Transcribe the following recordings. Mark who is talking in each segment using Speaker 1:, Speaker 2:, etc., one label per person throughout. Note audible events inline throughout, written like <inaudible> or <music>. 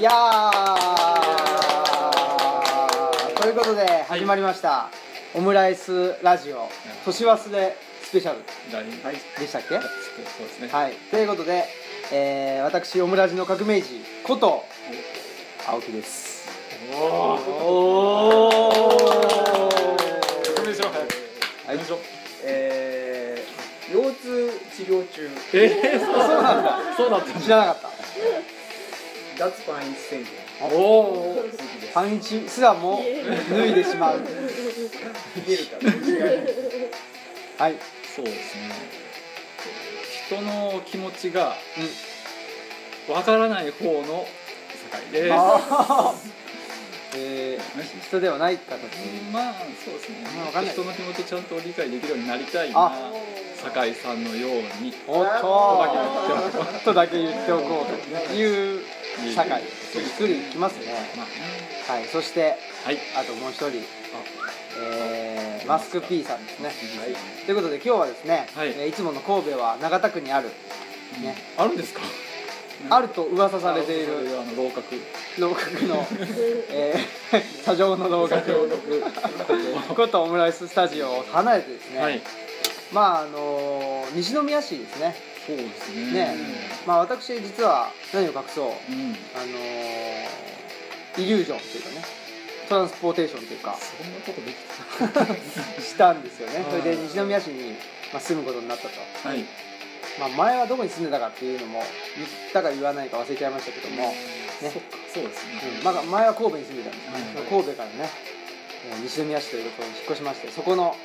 Speaker 1: やーということで始まりました、オムライスラジオ年忘れスペシャル
Speaker 2: はい、はい、
Speaker 1: でしたっけ
Speaker 2: そうですね。い、
Speaker 1: はいということで、えー私オムラジの革命児こと青木です
Speaker 2: おお、
Speaker 1: お
Speaker 2: 説明しろ。はい、
Speaker 1: はい
Speaker 2: しろ。
Speaker 3: えー、腰痛治療中
Speaker 2: ええー、
Speaker 1: そうなんだ
Speaker 2: そうだった
Speaker 1: 知らなかった
Speaker 3: 脱パン一宣言
Speaker 2: おお、
Speaker 3: 続きです
Speaker 1: パンイチすらも脱いでしまう
Speaker 3: 見えるから着替える
Speaker 1: はい、
Speaker 2: そうですね。人の気持ちがわからない方の境です。
Speaker 1: あーえー、人ではない形
Speaker 2: まあそうですね
Speaker 1: まあわかんない
Speaker 2: 人の気持ちをちゃんと理解できるようになりたいな
Speaker 1: あ
Speaker 2: 酒井さんのように
Speaker 1: おっ
Speaker 2: あ
Speaker 1: とちょっとだけ言っておこうという社会ゆっくりいきますね
Speaker 2: まあね
Speaker 1: はいそして
Speaker 2: はい
Speaker 1: あともう一人、えーマスク P さんですね
Speaker 2: はい
Speaker 1: ということで今日はですね、
Speaker 2: はい
Speaker 1: えーいつもの神戸は長田区にある、ね
Speaker 2: あるんですか
Speaker 1: あると噂されている
Speaker 2: あの楼閣
Speaker 1: 楼閣
Speaker 2: <laughs>
Speaker 1: の、えー、 <laughs> 砂上の楼閣ことオムライススタジオを離れてですね、
Speaker 2: はい
Speaker 1: まああのー西宮市ですね
Speaker 2: そうですね
Speaker 1: ねまあ私実は何を隠そう
Speaker 2: うん
Speaker 1: あのーイリュージョンというかねトランスポーテーションというか
Speaker 2: そんなことでき
Speaker 1: したんですよね
Speaker 2: あー
Speaker 1: それで西宮市に、まあ、住むことになったと、
Speaker 2: たはい
Speaker 1: まあ、前はどこに住んでたかっていうのも言ったか言わないか忘れちゃいましたけども、
Speaker 2: そっかそうですね
Speaker 1: うんまあ、前は神戸に住んでたんですね、
Speaker 2: はい
Speaker 1: 神戸からねえー西宮市というところに引っ越しましてそこの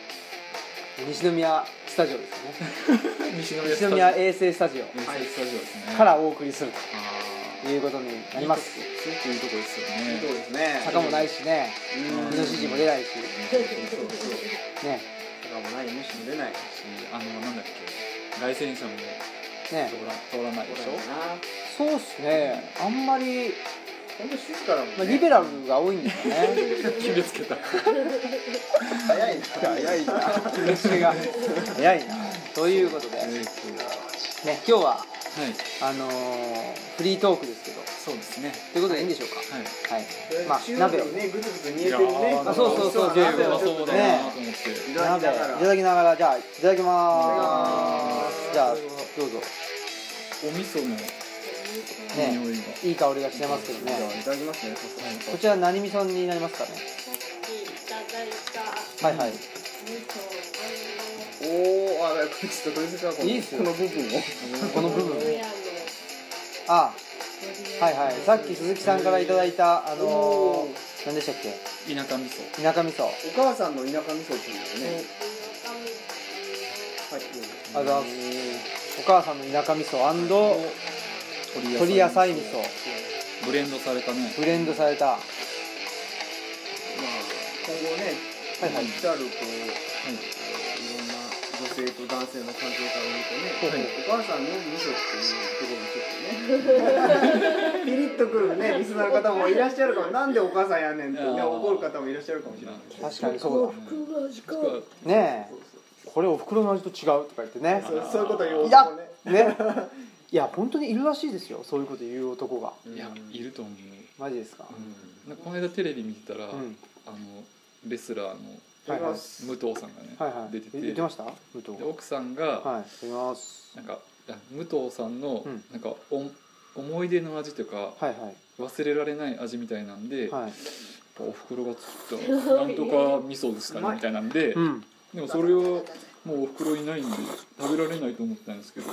Speaker 1: 西宮 <laughs> スタジオですよね
Speaker 2: 西
Speaker 1: 西
Speaker 2: 宮
Speaker 1: 宮
Speaker 2: スタジ
Speaker 1: 衛生スタジ
Speaker 2: オ衛
Speaker 1: オ
Speaker 2: 星スタジオですね
Speaker 1: からお送りする
Speaker 2: あ
Speaker 1: と
Speaker 2: ー
Speaker 1: いうことになります
Speaker 2: いいとこですよ
Speaker 3: いい
Speaker 2: ね
Speaker 3: とこですね
Speaker 1: 坂もないしね
Speaker 3: うん
Speaker 1: イノシシも出ないし
Speaker 3: そうそう
Speaker 1: ね
Speaker 3: 坂もない無視も出ない
Speaker 2: あのなんだっけ外旋車も
Speaker 1: ね
Speaker 2: 通ら通らないでしょ
Speaker 3: そうだな
Speaker 1: そうっすねあんまり、
Speaker 3: ほんと静かだもんね、
Speaker 1: まあ、リベラルが多いんですかね
Speaker 2: 決めつけた
Speaker 3: 早いな早いな
Speaker 1: 気持ちが早いなということで、ね、
Speaker 2: えー
Speaker 1: 今
Speaker 2: と
Speaker 1: 日は
Speaker 2: はい、
Speaker 1: あのーフリートークですけど
Speaker 2: そうですね。
Speaker 1: ということでいいんでしょうか
Speaker 2: は
Speaker 1: は
Speaker 2: い。
Speaker 1: いま
Speaker 3: ま
Speaker 1: あ
Speaker 3: あ
Speaker 1: 鍋
Speaker 3: 鍋
Speaker 1: を
Speaker 3: を
Speaker 1: ね
Speaker 3: ねぐつぐつ煮えてるね
Speaker 1: あそうそうそう
Speaker 3: 美味し
Speaker 2: 鍋はそうだ
Speaker 1: ね
Speaker 2: なと思って。
Speaker 3: いただき
Speaker 1: 鍋
Speaker 3: ながら
Speaker 1: いただきながらじゃあいただきま
Speaker 3: い
Speaker 1: すじゃ
Speaker 3: た
Speaker 1: あ
Speaker 3: だき
Speaker 1: どうぞ
Speaker 2: お味噌の
Speaker 1: ね
Speaker 2: 匂いが。
Speaker 1: いい香りがしてますけどね
Speaker 3: じゃあいただきますね
Speaker 1: こちら何味噌になりますかね
Speaker 4: さっきいただいた
Speaker 1: はいはい
Speaker 4: 味噌
Speaker 3: おおあちょっとどうですかこの
Speaker 1: いいっすよ
Speaker 3: この部分を
Speaker 1: この部分
Speaker 4: 親の
Speaker 1: あ
Speaker 4: 鶏
Speaker 1: はいはいさっき鈴木さんからいただいたあの
Speaker 3: おー
Speaker 1: ー、何でしたっけ
Speaker 2: 田舎味噌。
Speaker 1: 田舎味噌
Speaker 3: お母さんの田舎味噌っていうのね、
Speaker 1: あ
Speaker 3: はい、
Speaker 1: りがとうございますお母さんの田舎味噌
Speaker 2: 鶏
Speaker 1: 鶏野菜味噌
Speaker 2: ブレンドされたね。
Speaker 1: ブレンドされた
Speaker 3: まあ、今後ね、
Speaker 1: はいはい
Speaker 3: 行ってあるこう、い
Speaker 2: はい。
Speaker 3: ろんな女性と男性の関係から見るとね、
Speaker 2: はい
Speaker 3: お母さんの味噌っていうところにちょっとね、ピリッとくるね、リスナーの方もいらっしゃるかも、なんでお母さんやんねんって
Speaker 2: い
Speaker 3: ね、
Speaker 2: やー
Speaker 3: 怒る方もいらっしゃるかもしれない。
Speaker 1: 確かにそう
Speaker 2: そう
Speaker 1: だね
Speaker 3: そう
Speaker 1: えこれお袋の味と違うとか言ってね
Speaker 3: そうそうそういうこと言う
Speaker 1: いや
Speaker 3: 男ね。
Speaker 1: ね <laughs> いや本当にいるらしいですよそういうこと言う男が
Speaker 2: いや、いると思
Speaker 1: マジですか
Speaker 2: う。なんかこの間テレビ見てたら、
Speaker 1: うん
Speaker 2: あのレスラーの
Speaker 3: やりま
Speaker 2: 武藤さんがね、
Speaker 1: はいはい
Speaker 2: 出て、
Speaker 1: 言ってて
Speaker 2: で
Speaker 1: ました武藤
Speaker 2: 奥さんが、
Speaker 1: はいすみます
Speaker 2: なんかいや武藤さんの、
Speaker 1: うん
Speaker 2: なんかお思い出の味というか、
Speaker 1: はいはい
Speaker 2: 忘れられない味みたいなんで。
Speaker 1: はい
Speaker 2: おふくろが作ったなんとか味噌でしたねみたいなんで、
Speaker 1: うん
Speaker 2: でもそれをもうおふくろいないんで食べられないと思ったんですけど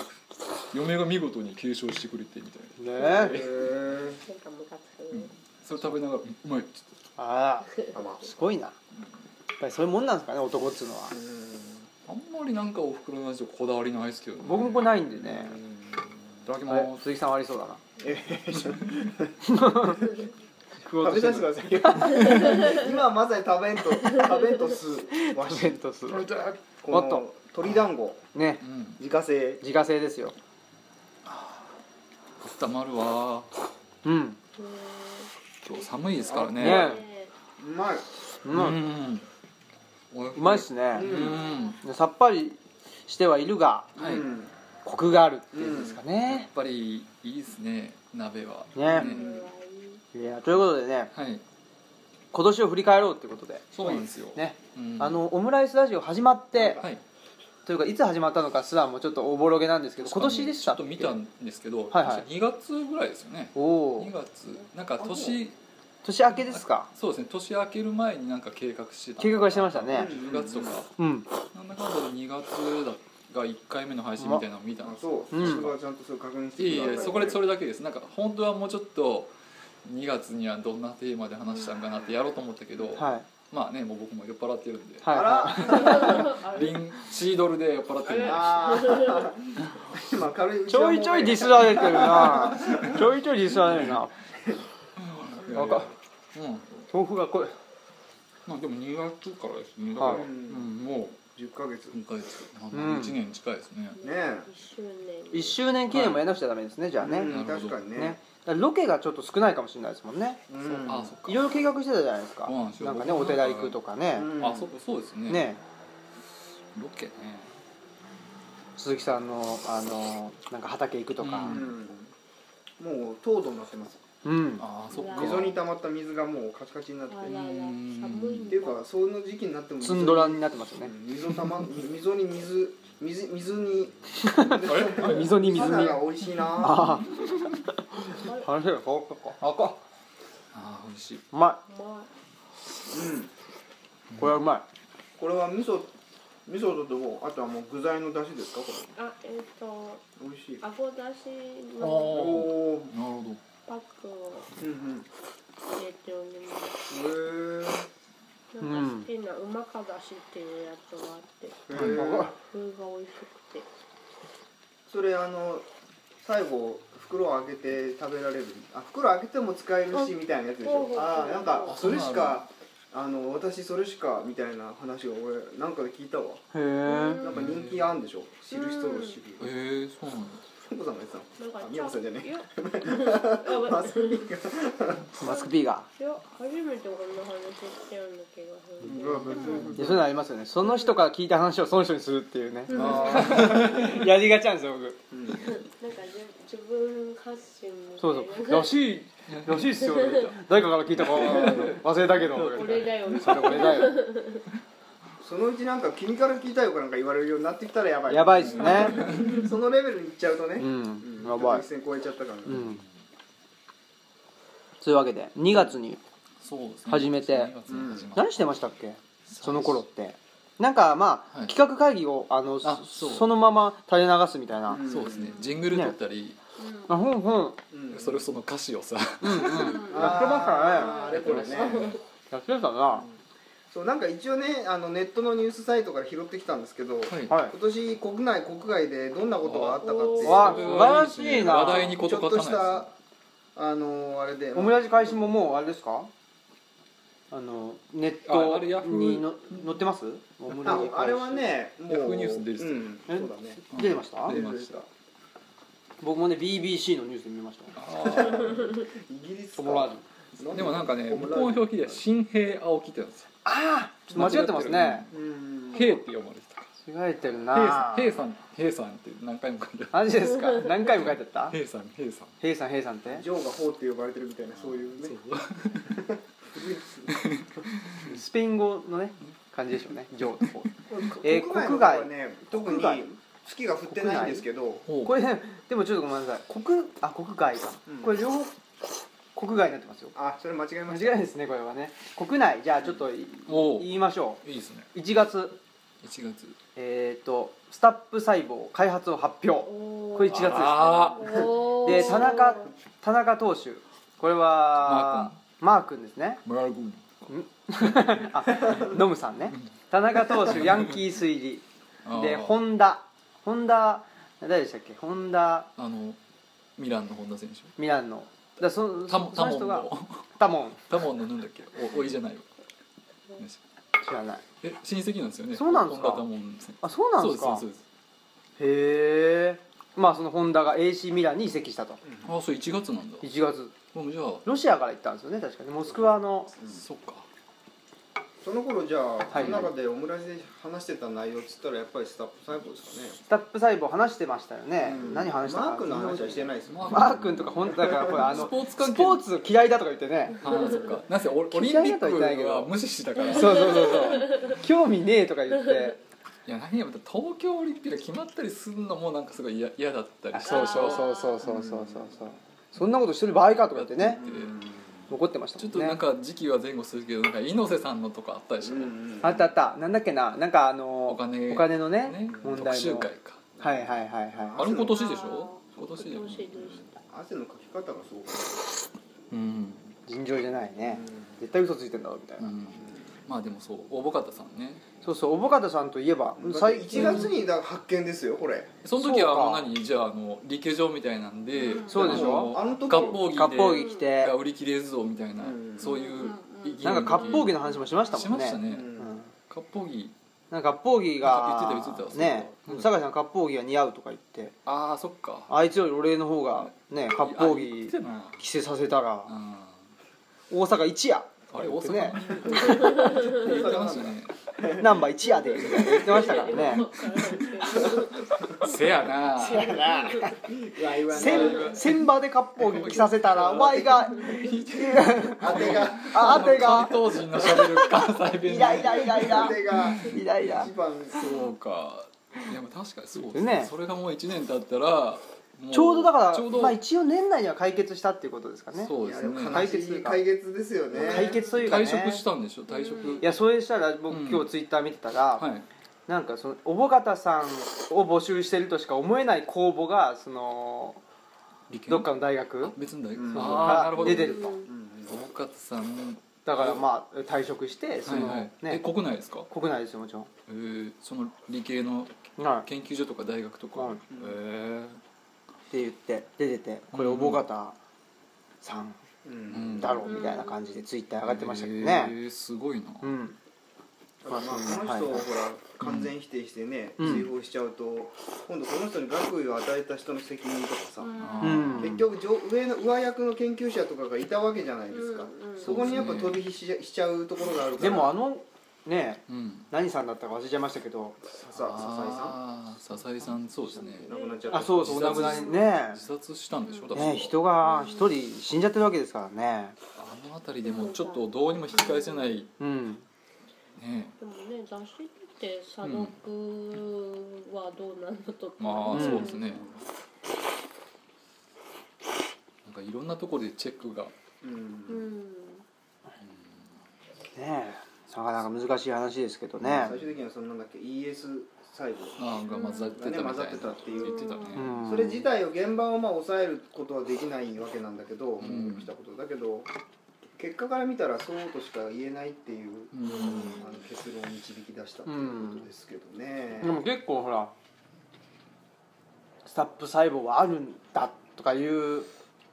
Speaker 2: 嫁が見事に継承してくれてみたいな
Speaker 1: ねえ
Speaker 3: へ
Speaker 4: なんかムカつく
Speaker 2: それ食べながら「うんうまい」っつって
Speaker 1: <laughs> あ
Speaker 3: ーあまあ
Speaker 1: らすごいなやっぱりそういうもんなんですかね男っつうのは
Speaker 3: う
Speaker 2: あんまりなんかおふくろの味とこだわりないですけど、ね、
Speaker 1: 僕もこれないんでね
Speaker 2: いただきま
Speaker 1: はい
Speaker 2: す、
Speaker 1: 鈴木さんはありそうだな食
Speaker 3: ん食べさせてくださいよ今まさに食べんと食べんとすわ
Speaker 1: 食べ
Speaker 3: し
Speaker 1: んとす
Speaker 2: 食べ
Speaker 1: る
Speaker 2: たい
Speaker 3: この
Speaker 1: おっと
Speaker 3: 鶏団子
Speaker 1: ね
Speaker 2: うん
Speaker 3: 自家製
Speaker 1: 自家製ですよ
Speaker 2: 温まるわ
Speaker 1: うん
Speaker 2: 今日寒いですからね
Speaker 1: ね
Speaker 3: うまいう
Speaker 2: うんんおふ
Speaker 1: うまいっすね
Speaker 2: う
Speaker 3: うん
Speaker 1: でさっぱりしてはいるが
Speaker 2: はい、
Speaker 3: う
Speaker 2: や
Speaker 3: ん
Speaker 1: コクがあるっていうんですかね
Speaker 2: っぱりいいですね鍋は
Speaker 1: ね
Speaker 2: うん
Speaker 4: はい
Speaker 1: いやということでね
Speaker 2: はい
Speaker 1: 今年を振り返ろうっていうことで
Speaker 2: そうなんですよ、
Speaker 1: ね、
Speaker 2: うん
Speaker 1: あのオムライスラジオ始まって、
Speaker 2: はい、
Speaker 1: というかいつ始まったのかすらもちょっとおぼろげなんですけど今年でしたっ
Speaker 2: ち
Speaker 1: け
Speaker 2: ょっと見たんですけど、
Speaker 1: はいはい
Speaker 2: 2月ぐらいですよね
Speaker 1: お
Speaker 2: 2
Speaker 1: お
Speaker 2: 月なんか年
Speaker 1: 年明けですか
Speaker 2: そうですね年明ける前になんか計画してた
Speaker 1: 計画はしてましたね
Speaker 2: 10月とか
Speaker 1: うん
Speaker 2: なんだかんだで2月だが1回目の配信みたいなのを見たん
Speaker 3: あ
Speaker 2: です
Speaker 3: そう、
Speaker 1: うん
Speaker 3: そこはちゃんとそれ確認して
Speaker 2: いえい
Speaker 3: くださ
Speaker 2: えそこでそれだけですなんか本当はもうちょっと2月にはどんなテーマで話したんかなってやろうと思ったけど、
Speaker 1: はいはい
Speaker 2: まあねもう僕も酔っ払ってるんで、
Speaker 3: あ
Speaker 1: は
Speaker 3: ら
Speaker 2: リンシードルで酔っ払ってるんで
Speaker 3: あー今軽い
Speaker 1: いちょいちょいディス
Speaker 3: だ
Speaker 1: られてる <laughs> なちょいちょいディスられるない
Speaker 2: や
Speaker 1: ないん
Speaker 2: や
Speaker 1: か
Speaker 2: うん
Speaker 1: 豆腐がこれ
Speaker 2: まあでも2月からですねだから、
Speaker 1: は
Speaker 3: う
Speaker 1: い
Speaker 2: うんん、も
Speaker 3: 10ヶ月
Speaker 2: う今回ですけど
Speaker 1: うん
Speaker 2: 1年近いですね、
Speaker 3: ねえ
Speaker 4: 一周年
Speaker 1: 1周年記念もやらなくちゃダメですねじゃあね,、
Speaker 3: う
Speaker 1: ね
Speaker 3: ん確かにね
Speaker 1: だからロケがちょっと少ないかもしれないですもんね
Speaker 3: うん
Speaker 2: あそっか
Speaker 1: いろいろ計画してたじゃないですか
Speaker 2: そうなんですよ
Speaker 1: かねお寺行くとかね、
Speaker 3: うん
Speaker 2: あそこそうですね
Speaker 1: ね
Speaker 2: ロケね
Speaker 1: 鈴木さんのあのなんか畑行くとか
Speaker 3: うんもう糖度になってます
Speaker 1: うん、
Speaker 2: ああそっか
Speaker 3: 溝に溜まった水がもうカチカチになって
Speaker 4: あらら
Speaker 3: っ
Speaker 4: 寒いんだ
Speaker 3: ていうかその時期になっても
Speaker 1: ツンドラ
Speaker 3: に
Speaker 1: になってますよね
Speaker 3: 溝たま溝に水水水に
Speaker 1: 溝に水に
Speaker 3: 花が美味しいな
Speaker 1: あああれよここあこ
Speaker 2: ああ美味しいう
Speaker 1: ま
Speaker 4: ま
Speaker 3: うん
Speaker 1: いこれはうま
Speaker 3: これは味噌味噌とあとはもう具材の出汁ですかこれ
Speaker 4: あえっと
Speaker 3: 美味しい
Speaker 4: あごだし
Speaker 2: お
Speaker 4: の
Speaker 2: ー
Speaker 3: おー
Speaker 2: なるほど
Speaker 4: パックを
Speaker 3: うんうん
Speaker 4: 入れております
Speaker 3: へ
Speaker 4: なんか好きなうまかだしっていうやつがあって
Speaker 3: えへえ
Speaker 4: それが美味しくて
Speaker 3: それあの最後袋を開けて食べられるあ袋開けても使えるしみたいなやつでし
Speaker 4: ほうほう
Speaker 3: ょ
Speaker 4: ほう
Speaker 3: あーなんか
Speaker 2: あ
Speaker 3: それし
Speaker 2: そうなの
Speaker 3: かあの私それしかみたいな話を俺なんかで聞いたわ
Speaker 1: いへえ
Speaker 3: なんか人気あんでしょ知る人ぞ知
Speaker 2: ええ
Speaker 3: る
Speaker 2: そうなんです
Speaker 3: 美子さんが言って
Speaker 4: なん
Speaker 3: た
Speaker 4: か
Speaker 3: のあ美子さんじゃね
Speaker 4: いや
Speaker 3: えマスコミが
Speaker 1: マスクピーが
Speaker 4: いや初めてこんな話してるんだけど
Speaker 1: いやそういうのありますよねその人から聞いた話をその人にするっていうね
Speaker 4: うん
Speaker 3: あ
Speaker 1: やりがちなんですよ僕
Speaker 3: ー
Speaker 4: なんか自分発信みた
Speaker 1: そ
Speaker 4: いうな
Speaker 1: そうらしいらしいっすよみたいな誰かから聞いたか忘れたけど
Speaker 4: 俺だよみた
Speaker 1: そ
Speaker 4: い
Speaker 1: れ
Speaker 4: な
Speaker 1: 俺だよ
Speaker 3: そのうちなんか君から聞いたよかなんか言われるようになってきたらやば
Speaker 1: <laughs>
Speaker 3: い
Speaker 1: やばいですね
Speaker 3: そのレベルに行っちゃうとね
Speaker 1: うん
Speaker 3: うん
Speaker 1: やばい
Speaker 3: 一線超えちゃったからね
Speaker 1: うんというわけで2月に
Speaker 2: そうですね
Speaker 1: 初めて
Speaker 2: 2月に始まった
Speaker 1: 何してましたっけその頃ってなんかまあ、
Speaker 2: はい
Speaker 1: 企画会議をあの
Speaker 2: あ
Speaker 1: そ
Speaker 2: そう
Speaker 1: のまま垂れ流すみたいな、
Speaker 3: ん
Speaker 2: そうですねジングル撮ったり、
Speaker 4: うん
Speaker 1: あほんほん
Speaker 3: うん
Speaker 2: それをその歌詞をさ
Speaker 1: やってましたね
Speaker 3: あーあれこれね
Speaker 1: やってたな、
Speaker 3: そうなんか一応ねあのネットのニュースサイトから拾ってきたんですけど、
Speaker 2: はい
Speaker 1: はい
Speaker 3: 今年国内国外でどんなことがあったかっていう
Speaker 1: わあ
Speaker 2: それ
Speaker 1: 素晴らしいな
Speaker 2: 話題に事
Speaker 3: ちょ
Speaker 2: 欠か
Speaker 3: っ
Speaker 2: さないで
Speaker 3: とし
Speaker 2: すね
Speaker 3: たあのあれで
Speaker 1: オムラジ開始ももうあれですかあのネッ
Speaker 2: ああ
Speaker 1: ト
Speaker 2: れヤフー
Speaker 1: にの載ってますオムラジ開始
Speaker 3: ああれはねも
Speaker 2: ヤフー
Speaker 3: う
Speaker 2: ニュースに出てた
Speaker 3: うん、
Speaker 1: え
Speaker 3: そうだね
Speaker 1: 出てました
Speaker 2: 出て
Speaker 3: 出
Speaker 2: ま
Speaker 3: て
Speaker 2: した
Speaker 1: 僕もね BBC のニュースで見ました
Speaker 3: イギリス
Speaker 1: オムラジ
Speaker 2: でもなんかね
Speaker 3: オム
Speaker 2: 向
Speaker 3: ラ
Speaker 2: こうの表記では「新兵青木」ってなんですよ
Speaker 1: ああ間違ってますね
Speaker 3: うん
Speaker 2: 「兵」って読まれてた
Speaker 1: 間違えてるな
Speaker 2: 兵さん兵さん兵さんって何回も書いてある
Speaker 1: マジですか何回も書いてあった
Speaker 2: 兵さん兵さん
Speaker 1: ヘイさんヘイさんって
Speaker 3: ジョーがホーって呼ばれてるみたいなそういうね
Speaker 1: スペイン語のね感じでしょうねジョーとこえ
Speaker 3: え
Speaker 1: ー
Speaker 3: 国外の方はね特に
Speaker 1: 国外
Speaker 3: 月が降ってないんですけど
Speaker 1: <laughs>
Speaker 2: ほ
Speaker 1: これねでもちょっとごめんなさい国あ国外か、
Speaker 3: うん
Speaker 1: これ両方国外になってますよ
Speaker 3: あそれ間違え
Speaker 1: 間
Speaker 3: ま
Speaker 1: 違い
Speaker 3: した
Speaker 1: ないですねこれはね国内じゃあちょっとい、
Speaker 2: おう
Speaker 1: 言いましょ
Speaker 2: いいですね
Speaker 1: う1月
Speaker 2: 1月
Speaker 1: えっ、とスタップ細胞開発を発表
Speaker 4: こ
Speaker 1: これ1月です、ね、
Speaker 2: あ
Speaker 4: おー
Speaker 1: で田中田中投手これはマー君ですね
Speaker 2: マラグン
Speaker 1: あノムさんね田中投手ヤンキース入りで
Speaker 2: あー
Speaker 1: ホンダホンダ誰でしたっけホンダ
Speaker 2: あのミランの本田選手
Speaker 1: ミランのだそ
Speaker 2: タモ
Speaker 1: そ
Speaker 2: タ
Speaker 1: その
Speaker 2: モン
Speaker 1: 人が
Speaker 2: の <laughs>
Speaker 1: タモン
Speaker 2: タモンのなんだっけおおいじゃないわ
Speaker 1: 知らない
Speaker 2: え親戚なんですよね
Speaker 1: そうなんですか
Speaker 2: 本田タモン選手
Speaker 1: あそうなんですか
Speaker 2: そうです
Speaker 1: へえまあそのホンダが AC ミランに移籍したと
Speaker 2: そうですあそう1月なんだ
Speaker 1: 1月
Speaker 2: もうじゃあ
Speaker 1: ロシアから行ったんですよね確かにモスクワの
Speaker 2: そっか
Speaker 3: その頃じゃあ、
Speaker 1: はい
Speaker 3: その中でオムライスで話してた内容っつったらやっぱりスタッフ細胞ですかね
Speaker 1: スタップ細胞話してましたよね、何話したか
Speaker 3: マークの話はしてないですもん
Speaker 1: マー君とか本当だからほらあの
Speaker 2: スポーツ関係
Speaker 1: スポーツ嫌いだとか言ってね
Speaker 2: あーそっかなんせオリオリンピ
Speaker 1: 嫌い
Speaker 2: ッ
Speaker 1: だとは言ってないけ
Speaker 2: ク
Speaker 1: ど
Speaker 2: は無視してたからい
Speaker 1: そうそうそうそう興味ねえとか言
Speaker 2: <laughs>
Speaker 1: って
Speaker 2: や何やまた東京オリンピックが決まったりするのもなんかすごい嫌嫌だったりして
Speaker 1: そうそうそうそうそうそうそうそうそんなことしてる場合かとか言ってね残ってましたも
Speaker 2: ち
Speaker 1: ん
Speaker 2: ょっ
Speaker 1: ね
Speaker 2: となんか時期は前後するけどなんか猪瀬さんのとかあったでしょ、
Speaker 1: あったあったなんだっけななんかあの
Speaker 2: お金
Speaker 1: のね
Speaker 2: ね
Speaker 1: 問
Speaker 2: 特
Speaker 1: 題
Speaker 2: 集
Speaker 1: の
Speaker 2: 会か
Speaker 1: はいはいはいは
Speaker 2: あれも今年でしょ
Speaker 4: あー
Speaker 2: 今年だよ
Speaker 4: 今
Speaker 2: ね
Speaker 4: 年でした
Speaker 3: 汗のかき方がすごかっ
Speaker 2: うん、
Speaker 1: い尋常じゃないね
Speaker 3: た
Speaker 1: 絶対嘘ついてんだろうみたいうな、
Speaker 2: ん、まあでもそう大保方さんね
Speaker 1: そうそうおぼかたさんといえば
Speaker 3: 最
Speaker 1: 最
Speaker 3: 1
Speaker 1: 近
Speaker 3: 月にだから発見ですよこれ
Speaker 2: その時はもう
Speaker 1: そうか
Speaker 2: 何じゃああのリケ場みたいなんで
Speaker 4: うん
Speaker 1: そうでしょ
Speaker 2: あ
Speaker 3: あ
Speaker 2: の
Speaker 3: の
Speaker 2: 合
Speaker 3: 時
Speaker 2: 法着で
Speaker 1: 割烹着着て
Speaker 2: が売り切れるぞみたいな、
Speaker 3: うん
Speaker 2: そういう意義の時、
Speaker 1: なんか割烹着の話もしました
Speaker 2: し
Speaker 1: もん
Speaker 2: ま
Speaker 1: ね
Speaker 2: したね、
Speaker 1: うん
Speaker 2: 割烹着
Speaker 1: なんか割烹着が
Speaker 2: 言ってた言ってたそう
Speaker 1: ね
Speaker 2: うん
Speaker 1: 酒井さん割烹着が似合うとか言って
Speaker 2: ああそっか
Speaker 1: あいつより俺の方がね割
Speaker 2: 着
Speaker 1: 烹
Speaker 2: て
Speaker 1: 着
Speaker 2: たな
Speaker 1: 着せさせたら
Speaker 2: あ
Speaker 1: 大阪一夜
Speaker 2: ーあれ大阪
Speaker 1: ね
Speaker 2: 言ってましたね
Speaker 1: ナンバー一夜でみたいな言ってましたからね
Speaker 4: わからんけど
Speaker 2: せやな
Speaker 3: ワイワイ
Speaker 1: せん千場で割烹着着させたらワイが
Speaker 3: 当てが
Speaker 1: あ当て
Speaker 2: 関
Speaker 1: が
Speaker 2: 東人のしゃべる関西弁
Speaker 1: イライライライラ
Speaker 3: 当てが
Speaker 1: イライラ
Speaker 3: 一番
Speaker 2: そうかいやまあ確かにそうですね
Speaker 1: ね
Speaker 2: それがもう1年経ったらも
Speaker 1: ちょうどだから
Speaker 2: ちょうど、
Speaker 1: まあ、一応年内には解決したっていうことですかね
Speaker 2: そう
Speaker 3: い
Speaker 2: で
Speaker 3: や
Speaker 2: す
Speaker 3: で
Speaker 2: ね
Speaker 3: も
Speaker 1: 解
Speaker 3: 悲
Speaker 1: 決とい
Speaker 3: し
Speaker 1: う
Speaker 3: い
Speaker 1: か
Speaker 3: 解決ですよね
Speaker 1: 解決というかね
Speaker 2: 退職したんでしょ退職、
Speaker 4: う
Speaker 1: い
Speaker 4: ん
Speaker 1: やそれしたら僕、
Speaker 2: うん
Speaker 1: 今日ツイッター見てたら、
Speaker 2: はい
Speaker 1: なんかそのおぼかたさんを募集してるとしか思えない公募がその
Speaker 2: 理系
Speaker 1: どっかの大学
Speaker 2: 別の大学、
Speaker 3: うん
Speaker 2: ああなるほど
Speaker 1: 出てると
Speaker 3: うん
Speaker 2: 大勝さん
Speaker 1: だからまあ退職してその、
Speaker 2: はいはい、え
Speaker 1: ね
Speaker 2: 国内ですか、
Speaker 1: 国内ですよもちろ
Speaker 2: えー、その理系の
Speaker 1: ん、はい、
Speaker 2: 研究所とか大学とか、
Speaker 1: はい
Speaker 2: へえ
Speaker 1: って言って出ててこれおぼかたさん
Speaker 3: う
Speaker 2: うんん
Speaker 1: だろうみたいな感じでツイッター上がってましたけど
Speaker 2: え
Speaker 1: ね
Speaker 2: ー、すごいな、
Speaker 1: うん
Speaker 3: ただまあこ
Speaker 1: まあ
Speaker 3: の人を
Speaker 1: は
Speaker 3: ほ
Speaker 1: い
Speaker 3: ら完全否定してね
Speaker 1: うん
Speaker 3: 追放しちゃうと今度この人に学位を与えた人の責任とかさ
Speaker 2: あ
Speaker 1: う
Speaker 2: ー
Speaker 1: ん
Speaker 3: 結局上上の上役の研究者とかがいたわけじゃないですか、
Speaker 4: うんうん
Speaker 3: そこにやっぱ飛び火ししちゃうところがあるから
Speaker 1: でもあのね
Speaker 2: うん
Speaker 1: 何さんだったか忘れちゃいましたけど
Speaker 3: ささ笹
Speaker 2: あー笹井さんそうですね
Speaker 3: 井さん亡くなっちゃった
Speaker 1: あそうそう
Speaker 2: 自
Speaker 1: お亡
Speaker 2: 殺
Speaker 1: くなりね
Speaker 2: 自殺したんでしょだから
Speaker 1: ね人が一人死んじゃってるわけですからね
Speaker 2: あの辺りでもちょっとどうにも引き返せない
Speaker 1: うん
Speaker 2: ね
Speaker 4: でもね雑誌って査読はどうなのとか、
Speaker 2: まあ
Speaker 1: うん
Speaker 2: そうですね、なんかいろんなところでチェックが
Speaker 3: う
Speaker 4: うんん
Speaker 1: ねえなかなか難しい話ですけどね
Speaker 3: 最終的にはそのなんだっけ ES 細胞
Speaker 2: あーが混ざってたみたい
Speaker 3: ね
Speaker 2: な
Speaker 3: 混ざってたっていう
Speaker 2: 言ってたね、
Speaker 1: うん
Speaker 3: それ自体を現場をまあ抑えることはできないわけなんだけど、
Speaker 2: ん
Speaker 3: 起きたことだけど結果から見たらそうとしか言えないっていう、
Speaker 2: うん
Speaker 3: あの結論を導き出したっていうことですけどね、
Speaker 1: でも結構ほらスタップ細胞はあるんだとかいう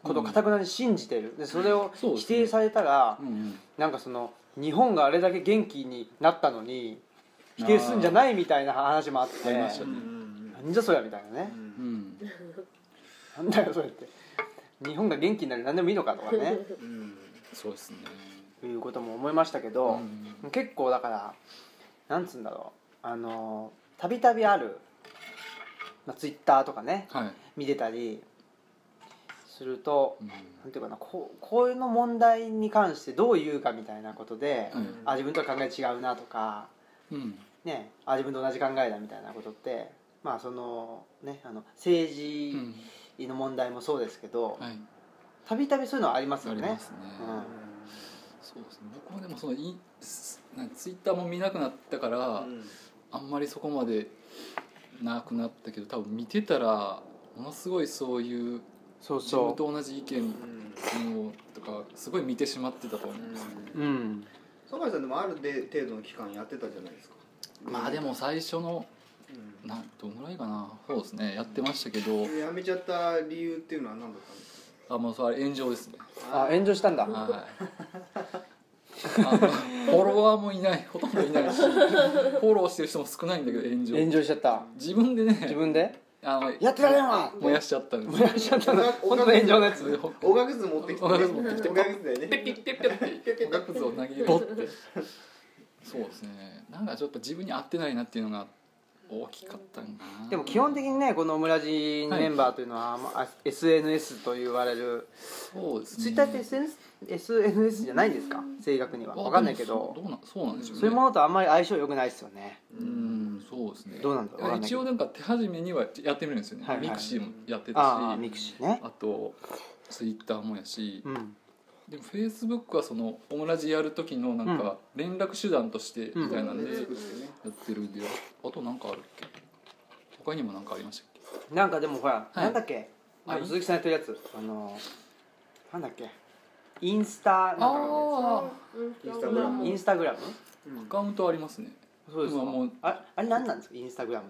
Speaker 1: ことをかたくなに信じてるでそれを
Speaker 2: そうですね
Speaker 1: 否定されたら
Speaker 2: うんうん
Speaker 1: なんかその日本があれだけ元気になったのに否定するんじゃないみたいな話もあって
Speaker 2: ありました
Speaker 3: う
Speaker 2: ね
Speaker 3: んうん
Speaker 1: なんじゃそりゃみたいなね
Speaker 3: うんうん
Speaker 2: う
Speaker 1: な
Speaker 2: ん
Speaker 1: んだよそれって日本が元気になり何でもいいのかとか
Speaker 2: <laughs>
Speaker 1: ね
Speaker 3: うん
Speaker 2: そうですね
Speaker 1: いうことも思いましたけど、
Speaker 2: う
Speaker 1: 結構だからなんつうんだろうあのたびたびある、まあ、ツイッターとかね
Speaker 2: はい、
Speaker 1: 見てたりすると
Speaker 2: うん
Speaker 1: なんていうかなこうこういうの問題に関してどう言うかみたいなことで、
Speaker 2: はい
Speaker 1: あ自分とは考え違うなとか、
Speaker 2: うん
Speaker 1: ね、あ自分と同じ考えだみたいなことってまあそのねあの政
Speaker 2: う
Speaker 1: 治
Speaker 2: ん
Speaker 1: の問題もそうですけど
Speaker 2: はい
Speaker 1: たびたびそういうのはあります
Speaker 2: あ
Speaker 1: よ
Speaker 2: り
Speaker 1: ね
Speaker 2: ま。すね、
Speaker 1: うん
Speaker 2: そうですね僕もでもそのインスなんかツイッターも見なくなったから、
Speaker 3: うん
Speaker 2: あんまりそこまでなくなったけど多分見てたらものすごいそういう
Speaker 1: そう
Speaker 2: 自分
Speaker 1: そ
Speaker 2: と同じ意見
Speaker 3: うん
Speaker 2: をとかすごい見てしまってたと思うんですよね
Speaker 1: う、うん、
Speaker 3: 坂井さんでもあるで程度の期間やってたじゃないですか、
Speaker 2: まあでも最初の
Speaker 3: う
Speaker 2: なんどのぐらいかなそうですねやってましたけど
Speaker 3: ん、やめちゃった理由っていうのは何だったんです
Speaker 2: あもうそれ炎上ですね
Speaker 1: あ炎上したんだ
Speaker 2: はいあのフォロワーもいないほとんどいないしフォローしてる人も少ないんだけど炎上
Speaker 1: 炎上しちゃった
Speaker 2: 自分でね
Speaker 1: 自分で
Speaker 2: あの
Speaker 1: やってられんわ
Speaker 2: 燃やしちゃったんです
Speaker 1: 燃やしちゃったの
Speaker 3: お
Speaker 1: 本当の炎上のやつ
Speaker 2: よ
Speaker 3: おがくず持ってきて、ね、
Speaker 2: おがくず持ってきて
Speaker 3: おがくずだよね
Speaker 2: ピッピッピッピッっておがくずを投げるってそうですねなんかちょっと自分に合ってないなっていうのが大きかったんかな
Speaker 1: でも基本的にねこのオムラジメンバーというのは、まあ SNS と言われる
Speaker 2: そうですね
Speaker 1: ツイッターって SNS, SNS じゃないんですか正確には分かんないけ
Speaker 2: あで
Speaker 1: ど
Speaker 2: もそうどうなんそうなんでしょうね
Speaker 1: そういうものとあんまり相性良くないですよね
Speaker 2: うんそうですね
Speaker 1: どうなんだろうわかんないけど
Speaker 2: 一応なんか手始めにはやってみるんですよね、
Speaker 1: はいはい
Speaker 2: ミクシーもやってたし
Speaker 1: ああミクシーね
Speaker 2: あとツイッターもやし、
Speaker 1: うん
Speaker 2: でもフェイスブックはそのオムラジやる時のなんか連絡手段としてみたいなんでや
Speaker 3: 作ってね
Speaker 2: ってるんで、あとなんかあるっけ他にもなんかありましたっけ
Speaker 1: なんかでもほら、
Speaker 2: い
Speaker 1: なんだっけあ
Speaker 2: あ
Speaker 1: の鈴木さんやってるやつあのなんだっけインスタなんかの
Speaker 2: あ
Speaker 4: イン
Speaker 3: ン
Speaker 4: ス
Speaker 3: ス
Speaker 4: タ
Speaker 3: タ
Speaker 4: グ
Speaker 3: グ
Speaker 4: ラ
Speaker 3: ラ
Speaker 1: やつ
Speaker 4: ム
Speaker 1: イン
Speaker 4: イ
Speaker 1: スタグラム
Speaker 2: アカウントありますね
Speaker 1: そうですか
Speaker 2: 今もう
Speaker 1: ああれ何なんですかインスタグラム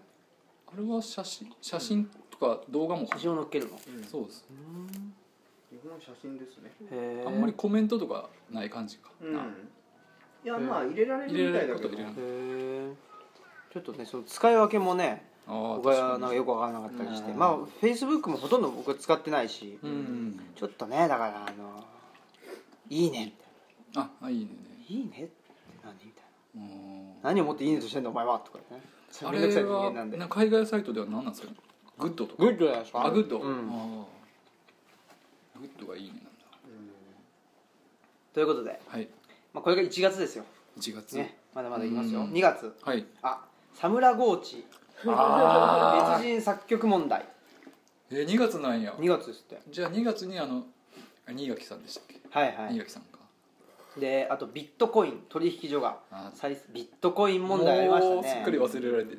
Speaker 2: あれは写真写真とか動画も、
Speaker 1: 写真を載っけるの
Speaker 3: うん
Speaker 2: そうです
Speaker 3: 基本写真ですね
Speaker 1: へえ
Speaker 2: あんまりコメントとかない感じか
Speaker 3: うん
Speaker 2: な、
Speaker 3: いやまあ入れられるみたいだけど
Speaker 2: 入れられることは入れられる
Speaker 1: へえちょっとねその使い分けもね
Speaker 2: ああ
Speaker 1: 僕はなんか
Speaker 2: に
Speaker 1: よく分からなかったりして
Speaker 2: うん
Speaker 1: まあフェイスブックもほとんど僕は使ってないし
Speaker 2: うん
Speaker 1: ちょっとねだからあの「いいね」みたい
Speaker 2: ああいいね
Speaker 1: な「いいね」って何みたい
Speaker 2: うん
Speaker 1: な「何をもっていいねとしてんだお前は」とかねそ
Speaker 2: あ
Speaker 1: <laughs> れめんどくさい
Speaker 2: れ
Speaker 1: 人間
Speaker 2: は
Speaker 1: なんで
Speaker 2: な海外サイトでは何なんですかグッドとか
Speaker 1: グッドじゃないですか
Speaker 2: あグッド、
Speaker 1: うん
Speaker 2: ああグッドがいいねなんだ
Speaker 1: ということで、
Speaker 2: はい
Speaker 1: まあ、これが1月ですよ、
Speaker 2: 1月、
Speaker 1: ね、まだまだいきますよ
Speaker 2: うん
Speaker 1: 2月 <laughs>
Speaker 2: はい
Speaker 1: あサムラゴーチ
Speaker 2: あ
Speaker 1: 別人作曲問題
Speaker 2: えー、2月なんや
Speaker 1: 2月ですって
Speaker 2: じゃあ2月にあのあ新垣さんでしたっけ、
Speaker 1: はいは
Speaker 2: 新
Speaker 1: い
Speaker 2: 垣さんか
Speaker 1: であとビットコイン取引所が
Speaker 2: あー
Speaker 1: 再ビットコイン問題ありま
Speaker 2: もうす
Speaker 1: し
Speaker 2: ったかり
Speaker 1: ね
Speaker 2: 忘れられて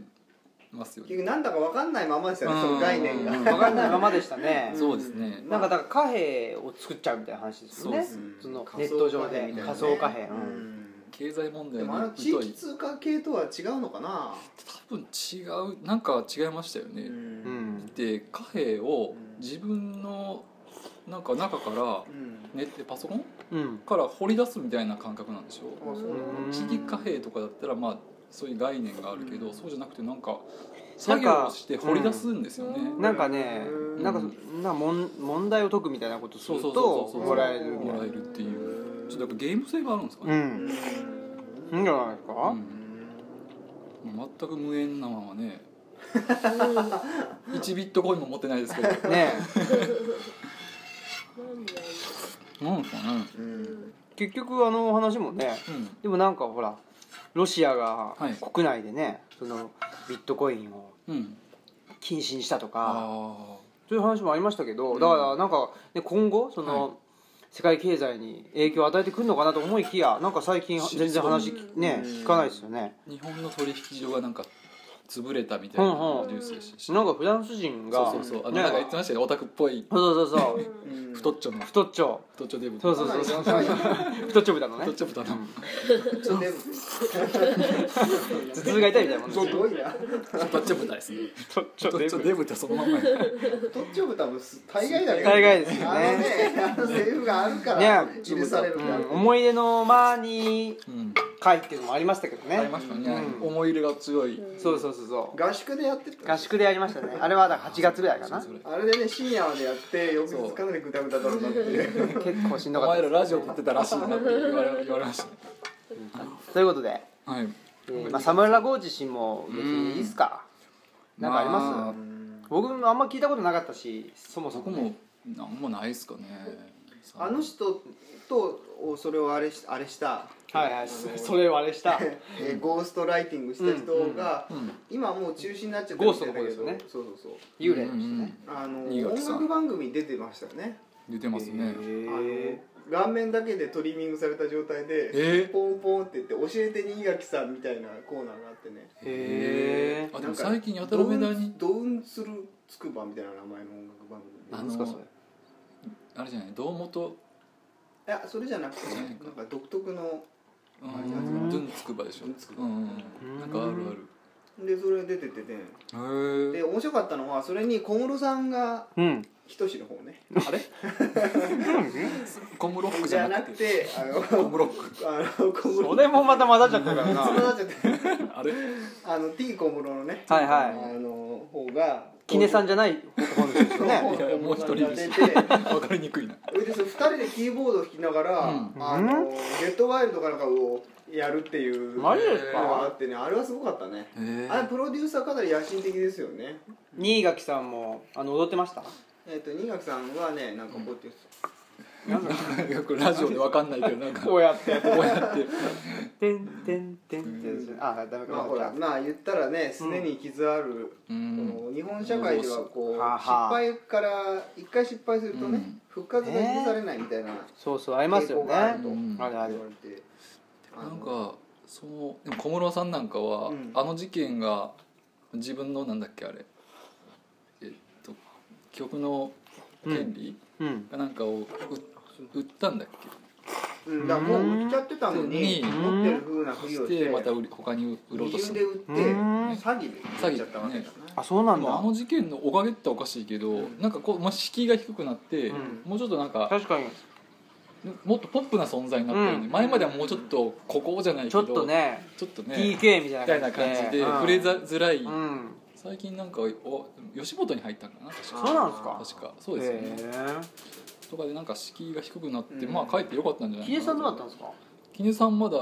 Speaker 2: ますよ
Speaker 3: 結
Speaker 2: ね
Speaker 3: 局なんだかわかんないままですよ
Speaker 2: う
Speaker 3: ね
Speaker 2: ん
Speaker 3: その概念が
Speaker 2: うん
Speaker 1: 分かんないままでしたね
Speaker 2: <laughs> そうですね
Speaker 1: なんかだから貨幣を作っちゃうみたいな話ですよね
Speaker 2: そう
Speaker 1: そ
Speaker 2: です
Speaker 3: うん
Speaker 1: のネ
Speaker 3: 仮
Speaker 1: ッ
Speaker 3: 想
Speaker 1: ト上
Speaker 3: 貨幣
Speaker 1: で
Speaker 3: みたいなね
Speaker 1: 仮想貨幣う
Speaker 3: うんん
Speaker 2: 経済問題
Speaker 3: でもあの
Speaker 2: に
Speaker 3: 地
Speaker 2: 疎
Speaker 3: 域
Speaker 2: い
Speaker 3: 通貨系とは違うのかな
Speaker 2: 多分違うなんか違いましたよね、
Speaker 1: う
Speaker 3: うん
Speaker 1: ん
Speaker 2: で貨幣を
Speaker 3: うん
Speaker 2: 自分のなんか中からネットパソコン
Speaker 1: うん
Speaker 2: から掘り出すみたいな感覚なんでしょ
Speaker 3: あそう
Speaker 1: うん
Speaker 2: 地域貨幣とかだったらまあそういう概念があるけど、そうじゃなくてなんか
Speaker 1: な
Speaker 2: 作
Speaker 1: んか
Speaker 2: 業をして掘り出すんですよね、
Speaker 4: うん
Speaker 1: なんかね
Speaker 3: うん
Speaker 1: なんかなんかもん問題を解くみたいなことす
Speaker 2: そう
Speaker 1: る
Speaker 2: そうそう
Speaker 1: と
Speaker 2: そう
Speaker 1: もらえるみたい
Speaker 2: も
Speaker 1: な
Speaker 2: らえるっていう
Speaker 3: うん
Speaker 2: ちょっとなんかゲーム性があるんですか
Speaker 1: う
Speaker 2: ね、
Speaker 1: んいいんじゃないですか
Speaker 2: うん全く無縁なままね1ビットコインも持ってないですけど
Speaker 1: ねえ
Speaker 4: 何でやる
Speaker 2: なんですかね
Speaker 3: うん
Speaker 1: 結局あの話もね
Speaker 2: うん
Speaker 1: でもなんかほらロシアが
Speaker 2: はい
Speaker 1: 国内でね、そのビットコインを
Speaker 2: うん
Speaker 1: 禁止にしたとか
Speaker 2: あ
Speaker 1: そういう話もありましたけどだからなんか、ね、今後その、
Speaker 2: はい
Speaker 1: 世界経済に影響を与えてくるのかなと思いきやなんか最近
Speaker 2: し
Speaker 1: 全然話き
Speaker 4: そう
Speaker 1: ね
Speaker 3: うん
Speaker 1: 聞かないですよね
Speaker 2: あ日本の取引所がなんか潰れたみたいなニュースでしたし、
Speaker 1: なんかフランス人が
Speaker 2: そうそうそうあの
Speaker 1: ね
Speaker 2: なんか言ってましたよねオタクっぽい
Speaker 1: そうそうそうそう
Speaker 4: うん
Speaker 3: うん
Speaker 2: 太っちょの
Speaker 1: 太っちょ
Speaker 2: 太っちょデブ
Speaker 1: そうそうそうそう太っちょ豚のね
Speaker 2: 太っちょ豚の
Speaker 3: ちょっとでも
Speaker 1: 頭痛が痛いみたいなもんです
Speaker 3: す
Speaker 1: よ
Speaker 3: ごいな
Speaker 2: 太っちょ豚ですね
Speaker 1: 太っち
Speaker 2: 太
Speaker 1: ょ
Speaker 2: っちょ
Speaker 1: 豚
Speaker 2: デブってそのまんまや
Speaker 3: どっちも多分大概だけど
Speaker 1: 大概ですよね
Speaker 3: あのねあのセリフがあるか
Speaker 1: ね
Speaker 3: ら許されるから
Speaker 1: うん思い出の間に
Speaker 2: うん
Speaker 1: 会っていうのもありましたけどね
Speaker 2: ありましたね、
Speaker 1: うん
Speaker 2: 思い入れが強い
Speaker 1: そうそうそうそう
Speaker 3: 合宿でやってた
Speaker 1: 合宿でやりましたねあれはだから8月ぐらいかな
Speaker 2: それ
Speaker 3: あれでね深夜までやって翌日かなりグダグダだったっていう
Speaker 1: 結構しん
Speaker 2: お
Speaker 1: どかった
Speaker 2: 前
Speaker 1: で
Speaker 2: らラジオ撮ってたらしいなって言われ言 <laughs> われまし
Speaker 1: すということで、
Speaker 2: たはい
Speaker 1: えーまあ、サムラゴー自身も別にいいっすかなんかあります、
Speaker 2: まあ
Speaker 1: 僕もあんま聞いたことなかったしそもそ
Speaker 2: 僕
Speaker 1: も
Speaker 2: もなんもないっすかね
Speaker 3: あの人とおそれをあれしあれした
Speaker 1: はいはい <laughs> そそれをあれした
Speaker 3: えーゴーストライティングした人が
Speaker 2: うん
Speaker 3: 今もう中止になっちゃって
Speaker 1: ゴーストの方ですよね
Speaker 3: そうそうそう
Speaker 1: 幽霊の人ね、
Speaker 3: あの
Speaker 2: 新垣
Speaker 3: 音
Speaker 2: さん
Speaker 3: 楽番組出てましたよね
Speaker 2: 出てますね
Speaker 3: あの顔面だけでトリミングされた状態で
Speaker 2: えー
Speaker 3: ポンポンって言って教えて新垣さんみたいなコーナーがあってね
Speaker 1: へえ
Speaker 2: あでも最近やたらめだに
Speaker 3: ドウンするつくばみたいな名前の音楽番組
Speaker 2: あ
Speaker 1: 何で
Speaker 2: の
Speaker 1: すかそれ
Speaker 2: あれじゃない堂本
Speaker 3: いやそれじゃなくてなんか独特の
Speaker 2: う
Speaker 1: うん
Speaker 2: んドゥンつくばでしょ
Speaker 3: ドゥンつく
Speaker 2: う
Speaker 3: ば
Speaker 2: んうんなんかある
Speaker 3: でそれ出ててね
Speaker 2: あるへ
Speaker 3: で
Speaker 2: え
Speaker 3: 面白かったのはそれに小室さんが
Speaker 1: うん
Speaker 3: 仁の方ね
Speaker 2: あれコムロック
Speaker 3: じ
Speaker 2: じ
Speaker 3: ゃ
Speaker 2: ゃな
Speaker 3: な
Speaker 2: くて
Speaker 3: くてあの
Speaker 2: コムロック
Speaker 3: あの小室
Speaker 1: それもまた混ざっちゃった <laughs> からな
Speaker 3: そうなっちゃって
Speaker 2: あれ
Speaker 3: あの T 小室のね
Speaker 1: はいはい
Speaker 3: あの方が
Speaker 1: キネさんじゃない男の人ですよ
Speaker 3: <laughs>
Speaker 1: ね
Speaker 2: いやもう一人いるし
Speaker 3: 出て
Speaker 2: 分かりにくいな
Speaker 3: それでその二人でキーボードを弾きながら、
Speaker 2: うん
Speaker 3: あ
Speaker 1: うん
Speaker 3: のゲットワイルドかなんかをやるっていう
Speaker 1: マジです
Speaker 3: のがあ
Speaker 1: か
Speaker 3: ってねあれはすごかったね
Speaker 2: へえ
Speaker 3: あれプロデューサーかなり野心的ですよね
Speaker 1: 新垣さんもあの踊ってました
Speaker 3: えっ、と新垣さんはねなんかこうやって
Speaker 2: <laughs> よくラジオで分かんないけどなんか
Speaker 1: こうやって
Speaker 2: こうやって
Speaker 1: てんてんてんてんあダメか
Speaker 3: まあほら
Speaker 1: な
Speaker 3: まあ言ったらねすでに傷ある、
Speaker 2: うん
Speaker 3: こう日本社会ではこう
Speaker 1: うん
Speaker 3: 失
Speaker 1: はあはあ
Speaker 3: 敗から一回失敗するとね、
Speaker 2: うん
Speaker 3: 復活が許されないみたいな
Speaker 1: そうそうあります
Speaker 3: 傾
Speaker 1: よ
Speaker 3: 向
Speaker 1: ね
Speaker 3: があると
Speaker 2: う
Speaker 3: 言
Speaker 2: ん
Speaker 1: あるあ
Speaker 3: わ
Speaker 1: る
Speaker 3: れて、あの
Speaker 2: なんかそのでも小室さんなんかは、
Speaker 3: うん
Speaker 2: あの事件が自分のなんだっけあれえっと曲の権利
Speaker 1: うん
Speaker 2: かなんかをう売ったんだっ
Speaker 3: うん、だからもう売っちゃってたのに
Speaker 2: うん
Speaker 3: 持ってる風なふ
Speaker 2: け
Speaker 3: り
Speaker 2: し
Speaker 3: をしてて
Speaker 2: また売り他に売ろうと
Speaker 3: 二
Speaker 2: し
Speaker 3: 重
Speaker 2: た
Speaker 3: で売って
Speaker 1: うん
Speaker 3: 詐欺で売っちゃったわけだな、
Speaker 1: あそうな
Speaker 2: あ
Speaker 1: んだ
Speaker 2: の事件のおかげっておかしいけど、なんかこう、まあ、敷居が低くなって、
Speaker 1: うん
Speaker 2: もうちょっとなんか
Speaker 1: 確かに
Speaker 2: もっとポップな存在になったよね、
Speaker 1: うん
Speaker 2: 前まではもうちょっとここじゃないけ
Speaker 1: ちょ
Speaker 2: ど
Speaker 1: っとね
Speaker 2: ちょっとね
Speaker 1: PK みた
Speaker 2: み
Speaker 1: い
Speaker 2: たい
Speaker 1: な
Speaker 2: な
Speaker 1: 感
Speaker 2: 感
Speaker 1: じ
Speaker 2: じ
Speaker 1: で
Speaker 2: で
Speaker 1: うん
Speaker 2: 触れざづらい、
Speaker 1: うん
Speaker 2: 最近なんかお吉本に入ったんかな確か
Speaker 1: そうなんですか
Speaker 2: 確かそうですよね、
Speaker 1: へ
Speaker 2: とかでなんか敷居が低くなって、
Speaker 3: うん
Speaker 2: まあ帰ってよかったんじゃ
Speaker 1: え
Speaker 2: ない
Speaker 1: キネさんどうだったたんで
Speaker 2: <laughs>
Speaker 1: すか
Speaker 2: キネさんまだ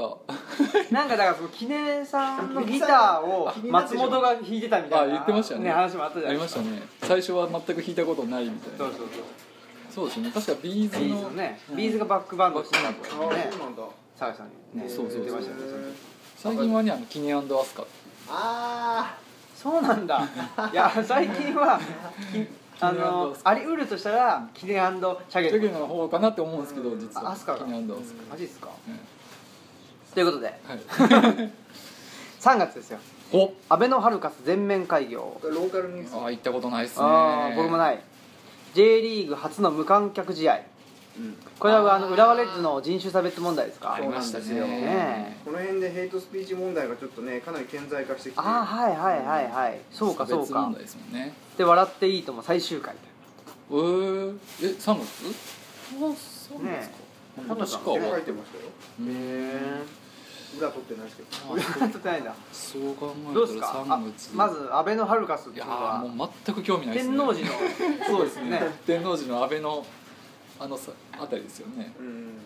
Speaker 1: なんかだからその記念さんのギターを松本が弾いてたみたいな
Speaker 2: あ言ってましたよね
Speaker 1: 話もあったじゃ
Speaker 2: あ
Speaker 1: ない
Speaker 2: り
Speaker 1: で
Speaker 2: ますし
Speaker 1: か
Speaker 2: たね最初は全く弾いたことないみたいな
Speaker 1: そうそう
Speaker 2: そうですね確かビー
Speaker 1: そう
Speaker 2: ズ
Speaker 1: ビー
Speaker 2: の
Speaker 1: ズのね
Speaker 2: うん
Speaker 1: ビーズがバックバンドしてたって
Speaker 3: あ
Speaker 1: ことね
Speaker 3: あそうなんだ
Speaker 1: 澤井さんにね
Speaker 2: そうそうそう
Speaker 1: 言ってましたよねその時
Speaker 2: 最近はねあのキネアンドアスカ
Speaker 3: あ
Speaker 1: そうなん
Speaker 2: <laughs>
Speaker 1: だいや最近はきあのありうるとしたらキネシャゲ
Speaker 2: ジョギ
Speaker 1: ット
Speaker 2: の方かなって思うんですけど実は
Speaker 1: あアスカが
Speaker 2: キネアンドアスカ、
Speaker 1: マジですか
Speaker 2: うん
Speaker 1: ということで
Speaker 2: はい
Speaker 1: 3月ですよ
Speaker 2: お
Speaker 1: アベノハルカス全面開業
Speaker 3: あローカルニュース
Speaker 2: あ行ったことないっすね
Speaker 1: ああ僕もないい J リーグ初の無観客試合
Speaker 3: うん
Speaker 1: これはあの浦和レッズの人種差別問題ですか
Speaker 2: ありましたね
Speaker 3: そうなんです
Speaker 1: よね
Speaker 3: この辺でヘイトスピーチ問題がちょっとねかなり顕在化してきて
Speaker 1: ああはいはいはいはいそうかそう
Speaker 2: 別問
Speaker 1: か
Speaker 2: 題ですもんね
Speaker 1: で「笑っていいとも」最終回
Speaker 2: えー、え3月あそうなんです
Speaker 1: ね
Speaker 2: か
Speaker 1: え
Speaker 2: 今年か
Speaker 3: 手書いてましたよ
Speaker 2: うん
Speaker 1: え
Speaker 3: 裏取ってないですけど
Speaker 2: あ
Speaker 1: 撮って <laughs> ないんだ
Speaker 2: そう考えた
Speaker 1: どうです
Speaker 2: ら
Speaker 1: かあ
Speaker 2: 3月
Speaker 1: まず安倍のハルカスっ
Speaker 2: い
Speaker 1: てい
Speaker 2: や
Speaker 1: うのは
Speaker 2: ーもう全く興味ないですね
Speaker 1: 天王
Speaker 2: <laughs>
Speaker 1: 寺のそうですね
Speaker 2: 天王寺の安倍のあのさあたりですよね
Speaker 3: うん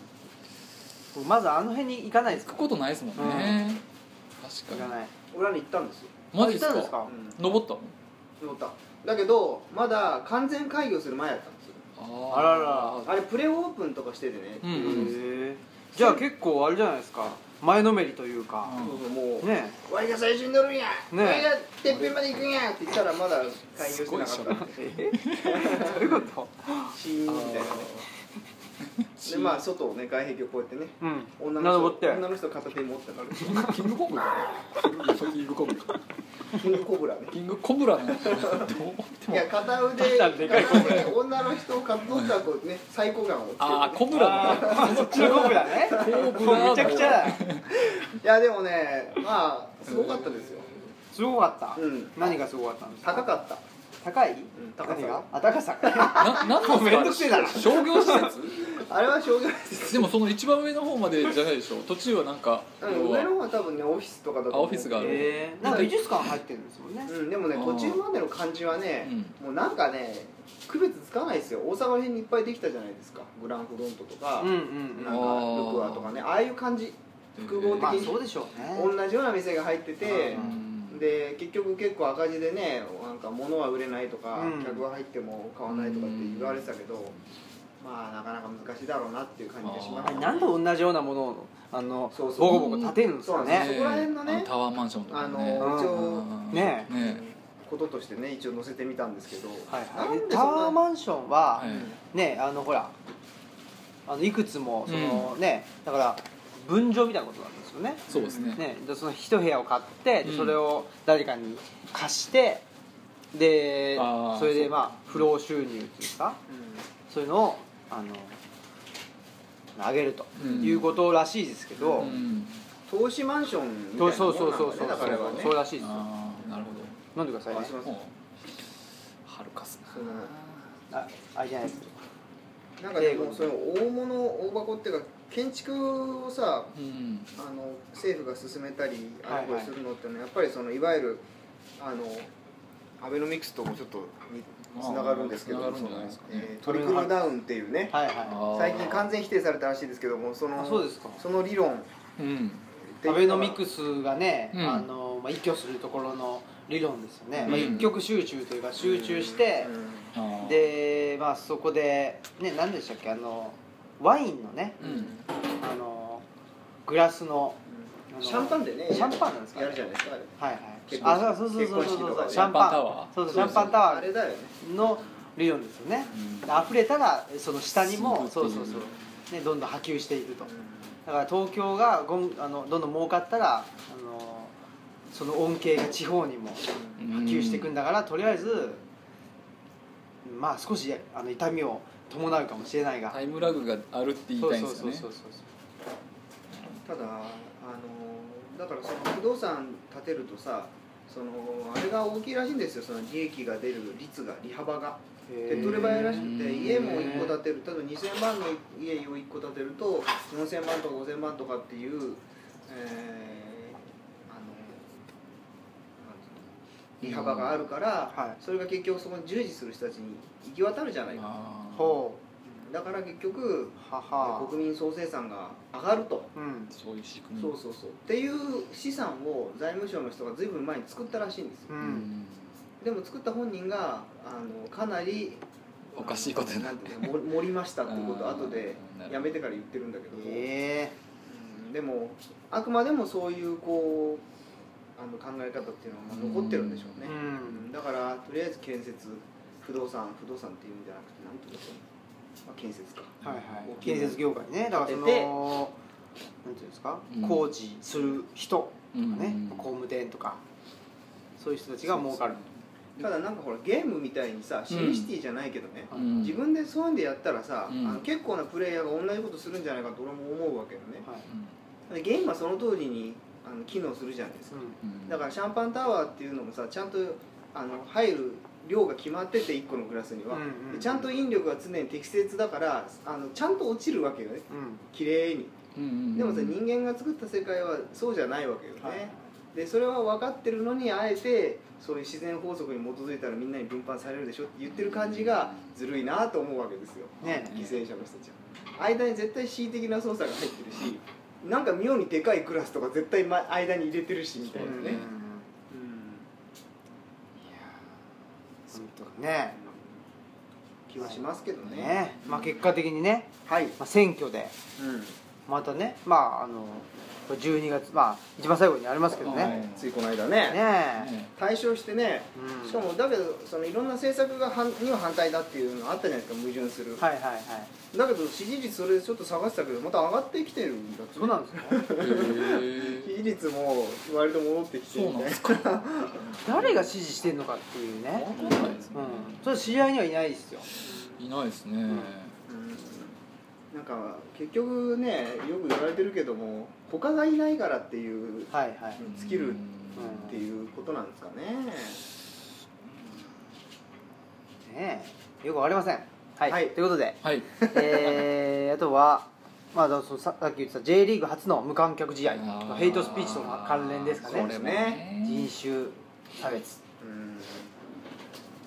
Speaker 1: まずあの辺に行かないです
Speaker 2: 行
Speaker 1: か
Speaker 2: くことないですもんね、
Speaker 1: 行
Speaker 2: 確
Speaker 1: か
Speaker 2: かに
Speaker 1: ない
Speaker 3: 裏に行ったんですよ
Speaker 2: マジです
Speaker 1: 行った
Speaker 2: か
Speaker 1: んですか
Speaker 3: う
Speaker 2: 登ったの
Speaker 3: ん乗っただけどまだ完全開業する前だったんですよ
Speaker 2: あ
Speaker 1: あらら
Speaker 2: ー
Speaker 3: あれプレオープンとかしててね
Speaker 2: うん
Speaker 3: そう
Speaker 1: へえじゃあ結構あれじゃないですか前のめりというか
Speaker 2: うん
Speaker 3: そうもう
Speaker 1: ね
Speaker 3: 「ワイが最初に乗るんや
Speaker 1: ね
Speaker 3: ワイがてっぺんまで行くんや!」って言ったらまだ開業してなかったんで
Speaker 1: えどういうこと
Speaker 3: シーンみたいなねでまあ外をね外壁をこうやってね
Speaker 1: うん
Speaker 3: 女の
Speaker 1: 登っ
Speaker 3: 人
Speaker 1: て
Speaker 3: 女の人片手に持ってなる
Speaker 2: キングコブラキングコブラ
Speaker 3: キングコブラね
Speaker 2: キングコブラなんてどう思って
Speaker 3: い
Speaker 2: も
Speaker 3: や片腕
Speaker 1: 片腕でかい
Speaker 3: 片腕で女の人をかっ飛んだこうね最高感をつけてね
Speaker 2: ああコブラだ
Speaker 1: あーそっちのコブラね
Speaker 2: コブラ
Speaker 1: めちゃくちゃだ
Speaker 3: いやでもねまあすごかったですよ
Speaker 1: すごかった、
Speaker 3: うん
Speaker 1: 何がすごかったんですか
Speaker 3: 高かった
Speaker 1: 高い、
Speaker 3: ん高さ
Speaker 1: 何があ高さ <laughs> か
Speaker 2: ななんの
Speaker 1: めんどくせえな
Speaker 2: 商業施設
Speaker 3: あれは商業です
Speaker 2: でもその一番上の方までじゃないでしょ途中はなんか
Speaker 3: うん上の方は多分ねオフィスとかだと思う
Speaker 2: あオフィスがある
Speaker 1: えー、なんか美術館入ってるんですもんね、
Speaker 3: うんでもね
Speaker 2: あー
Speaker 3: 途中までの感じはね、もうなんかね区別つかないですよ大阪の辺にいっぱいできたじゃないですかグランフロントとか、
Speaker 1: うんうん
Speaker 3: な
Speaker 1: うん
Speaker 3: ん
Speaker 1: ま
Speaker 3: かルクアとかねああいう感じ複合的
Speaker 1: あそうでしょうね
Speaker 3: 同じような店が入ってて
Speaker 1: う、
Speaker 2: ん
Speaker 3: で結局結構赤字でねなんか物は売れないとか、
Speaker 1: うん
Speaker 3: 客が入っても買わないとかって言われてたけど、まあなかなか難しいだろうなっていう感じがしま
Speaker 1: あ
Speaker 3: す
Speaker 1: れなんで同じようなものをあの
Speaker 3: そうそう
Speaker 1: ボコボコ立てるんですか
Speaker 3: そ
Speaker 1: ね
Speaker 3: こら辺のね
Speaker 2: あタワーマンションとかね
Speaker 3: あの
Speaker 1: 一
Speaker 3: 応
Speaker 2: うん
Speaker 1: ねえ
Speaker 2: ね
Speaker 3: こととしてね一応載せてみたんですけど、
Speaker 1: はいはい
Speaker 3: なん
Speaker 1: で
Speaker 3: で
Speaker 1: タワ
Speaker 3: そ
Speaker 1: ー
Speaker 3: んな
Speaker 1: マンションは、
Speaker 2: はい
Speaker 1: ねあのほらあのいくつもその、ねだから分譲みたいなことなんですよね
Speaker 2: そうですね
Speaker 1: ねでその一部屋を買ってで
Speaker 2: うん
Speaker 1: それを誰かに貸してで
Speaker 2: あー
Speaker 1: それでまあ不労収入っていうかそういうのをあの上げると
Speaker 2: うん
Speaker 1: いうことらしいですけど、
Speaker 2: うん
Speaker 3: 投資マンションみたいなも
Speaker 1: そ
Speaker 3: ん
Speaker 1: うそうそうそう
Speaker 3: なん
Speaker 1: そ
Speaker 3: だ
Speaker 1: う
Speaker 3: ねだからはね
Speaker 1: そうらしいですよ
Speaker 2: ああなるほど
Speaker 1: 飲んでください
Speaker 3: あ
Speaker 1: ね
Speaker 3: すいません
Speaker 2: もうはるかっす
Speaker 3: その
Speaker 1: ああれじゃないです
Speaker 3: なんかでもその大物大箱っていうか建築をさ
Speaker 2: なうん
Speaker 3: あの政府が進めたり
Speaker 1: はいはい
Speaker 3: あれこれするのってのはやっぱりそのいわゆるあのアベノミクスともちょっとに
Speaker 2: まあ
Speaker 3: つながるんですけど、
Speaker 2: つながるんじゃないですか
Speaker 3: えートリクルダウンっていうね、
Speaker 1: はいは
Speaker 2: あー
Speaker 3: 最近完全否定されたらしいですけども、そ
Speaker 1: い
Speaker 3: の
Speaker 1: あそうですか
Speaker 3: その理論
Speaker 2: うん
Speaker 1: アベノミクスがね、
Speaker 2: うん
Speaker 1: あのまあ、一挙するところの理論ですよね、
Speaker 2: うん
Speaker 1: まあ、一極集中というか集中して、
Speaker 2: あー
Speaker 1: で、まあ、そこで、ね、何でしたっけあのワインのね
Speaker 2: うん
Speaker 1: あのグラスのあの
Speaker 3: シャンパンでね、
Speaker 1: シャンパンなんですか
Speaker 3: やるじゃないですか。あれ
Speaker 1: はいはい
Speaker 3: 結婚式
Speaker 1: あそうそうそうそうそう
Speaker 3: 結婚式とか
Speaker 1: そう
Speaker 3: で
Speaker 1: シャンパン
Speaker 2: シャンパンタワー
Speaker 1: そうそうシャンパンタワ
Speaker 3: あれだよね。
Speaker 1: ーの理論ですよね
Speaker 2: うん
Speaker 1: 溢れたらその下にもそ
Speaker 2: そ
Speaker 1: うう
Speaker 2: そ
Speaker 1: そうう
Speaker 2: そう
Speaker 1: そうねどんどん波及していくとだから東京がごんあのどんどん儲かったらあのその恩恵が地方にも
Speaker 2: うん
Speaker 1: 波及していくんだから、とりあえずまあ少しあの痛みを伴うかもしれないが、
Speaker 2: タイムラグがあるって言い
Speaker 1: そう
Speaker 2: たいん
Speaker 1: そ
Speaker 2: で
Speaker 1: う
Speaker 2: す
Speaker 1: そ
Speaker 2: よ
Speaker 1: う
Speaker 2: ね
Speaker 1: そうそう
Speaker 3: ただあのーだからその不動産建てるとさ、そのあれが大きいらしいんですよ。その利益が出る率が利幅が。
Speaker 1: へ
Speaker 3: 手っ
Speaker 1: ー
Speaker 3: 取り早いらしくて
Speaker 2: うん
Speaker 3: 家も1戸建てる例えば2000万の家を1戸建てると4000万とか5000万とかっていう、えーあのなんていうの利幅があるから、
Speaker 1: うんはい
Speaker 3: それが結局そこに従事する人たちに行き渡るじゃないか
Speaker 2: あー
Speaker 1: ほ
Speaker 3: だから結局
Speaker 1: うはは
Speaker 3: 国民総生産が上がると、
Speaker 1: うん
Speaker 2: そういう仕組み
Speaker 3: そうそうそうっていう資産を財務省の人がずいぶん前に作ったらしいんですよ
Speaker 1: う
Speaker 2: うんん
Speaker 3: でも作った本人があのかなり
Speaker 2: おかしいことにな
Speaker 3: な
Speaker 2: っ
Speaker 3: んていうのも <laughs> 盛りましたってことを
Speaker 2: あー
Speaker 3: 後で
Speaker 2: なるほど
Speaker 3: やめてから言ってるんだけども、
Speaker 1: え
Speaker 3: うんでもあくまでもそういうこうあの考え方っていうのはまあ残ってるんでしょう
Speaker 1: え
Speaker 3: ね
Speaker 1: う、
Speaker 3: うん
Speaker 1: ん
Speaker 3: だからとりあえず建設不動産不動産っていうんじゃなくてなんていうんだろう、まあ、建設か
Speaker 1: はいはい建設業界ねだからそ
Speaker 3: 建てて
Speaker 1: のなんていうんですか、
Speaker 2: うん
Speaker 1: 工事する人と
Speaker 2: うん
Speaker 1: かね、
Speaker 2: うん
Speaker 1: 工務店とかそういう人たちが儲かる
Speaker 3: ただなんかほらゲームみたいにさシムシティじゃないけどね、
Speaker 2: うん
Speaker 3: 自分でそういうんでやったらさ、
Speaker 2: うん
Speaker 3: あの結構なプレイヤーが同じことするんじゃないかと俺も思うわけよね
Speaker 1: はい
Speaker 3: でゲームはその通りにあの機能するじゃないですか
Speaker 1: う
Speaker 2: うんうん
Speaker 3: だからシャンパンタワーっていうのもさちゃんとあの入る量が決まってて1個のグラスには、
Speaker 1: んうん
Speaker 3: でちゃんと引力が常に適切だからあのちゃんと落ちるわけよね
Speaker 1: うん
Speaker 3: 綺麗に
Speaker 2: うんうんうん
Speaker 3: でもさ人間が作った世界はそうじゃないわけよね、
Speaker 1: はい
Speaker 3: でそれは分かってるのにあえてそういう自然法則に基づいたらみんなに分配されるでしょって言ってる感じがずるいなと思うわけですよ
Speaker 1: ね
Speaker 3: 犠牲者の人たちは間に絶対恣意的な操作が入ってるしなんか妙にでかいクラスとか絶対ま間に入れてるしみたいなね、
Speaker 1: うんいやー本当ね
Speaker 3: 気はしますけどね。
Speaker 1: ねまあ結果的にね、
Speaker 3: はい。
Speaker 1: まあ、選挙でまたねまああのこれ12月まあ一番最後にありますけどね、
Speaker 2: は
Speaker 1: ね
Speaker 2: い
Speaker 3: ついこの間ね
Speaker 1: え、
Speaker 3: 対象してね、
Speaker 1: うん
Speaker 3: しかもだけどそのいろんな政策が反には反対だっていうのあったじゃないですか矛盾する、
Speaker 1: はいはいはい
Speaker 3: だけど支持率それでちょっと下がってたけどまた上がってきてるんだって
Speaker 1: そうなんですか
Speaker 2: へー
Speaker 3: 支持率も割と戻ってきて
Speaker 2: そう
Speaker 3: み
Speaker 2: なん
Speaker 3: たい
Speaker 2: で
Speaker 3: な
Speaker 2: すかわ
Speaker 1: 誰が支持してんのかっていうね
Speaker 2: かんないですね
Speaker 1: うんそれ知り合いにはいないですよ
Speaker 2: いないですね
Speaker 1: ん
Speaker 3: うんなんか結局ねよく言われてるけども他がいないからっていう
Speaker 1: はいはい
Speaker 3: 尽きる
Speaker 2: うん
Speaker 3: っていうことなんですかね、
Speaker 1: ねえよくわかりませんはい、
Speaker 3: はい
Speaker 1: ということで
Speaker 2: はい
Speaker 1: <laughs> えー、あとはまあ、そのささっき言ってた J リーグ初の無観客試合のヘイトスピーチとの関連ですか
Speaker 2: そ
Speaker 1: ね
Speaker 2: れも
Speaker 1: 人種差別
Speaker 3: うん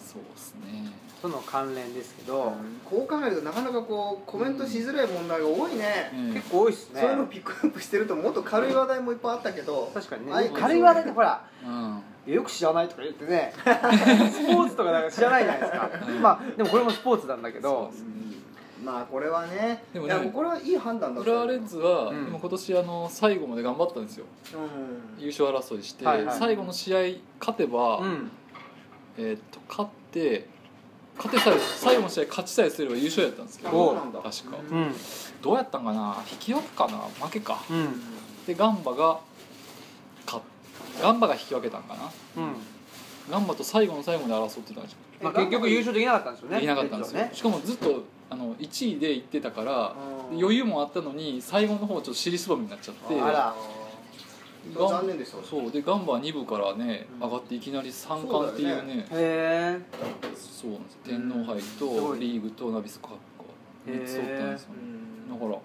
Speaker 2: そうですね
Speaker 1: との関連ですけど、
Speaker 3: こう考えるとなかなかこうコメントしづらい問題が多いね、
Speaker 2: うん
Speaker 1: 結構多いっすね
Speaker 3: そういうのピックアップしてるともっと軽い話題もいっぱいあったけど
Speaker 1: 確かにね
Speaker 3: あえて
Speaker 1: 軽い話題ってほら
Speaker 2: うん
Speaker 1: よく知らないとか言って <laughs> ねスポーツとかなんか知らないじゃないですかまあでもこれもスポーツなんだけど
Speaker 3: うんまあこれはね
Speaker 2: でも
Speaker 3: い
Speaker 2: ね
Speaker 3: やこれはいい判断だ
Speaker 2: 浦和レッズは、
Speaker 1: うん
Speaker 2: でも今年あの最後まで頑張ったんですよ
Speaker 3: うん
Speaker 2: 優勝争いして、
Speaker 1: はいはい
Speaker 2: 最後の試合勝てば、
Speaker 1: うん
Speaker 2: えーっと勝って勝てさえ最後の試合勝ちさえすれば優勝やったんですけ
Speaker 3: あ
Speaker 2: ど
Speaker 3: そうなんだ
Speaker 2: 確か
Speaker 3: うん
Speaker 1: うん
Speaker 2: どうやったんかな引き分けかな負けか
Speaker 1: うん
Speaker 2: でガンバが勝っガンバが引き分けたんかな
Speaker 1: うん
Speaker 2: ガンバと最後の最後まで争ってたんですよ
Speaker 1: まあ結局優勝できなかったんですよね
Speaker 2: できなかったんですよ、
Speaker 1: レッ
Speaker 2: しかもずっとあの1位で行ってたから
Speaker 3: うん
Speaker 2: 余裕もあったのに最後の方ちょっと尻すぼみになっちゃって
Speaker 1: あら
Speaker 2: ガン
Speaker 3: 残念でした
Speaker 2: そうでガンバは2部からね、
Speaker 3: うん
Speaker 2: 上がっていきなり三冠っていうね
Speaker 1: ズのねへ
Speaker 2: そうなんですよ天皇杯
Speaker 1: す
Speaker 2: と
Speaker 1: ごい
Speaker 2: リーグとナビスカップが3つ取ったんですよ
Speaker 3: う
Speaker 2: ね
Speaker 3: ん
Speaker 2: だから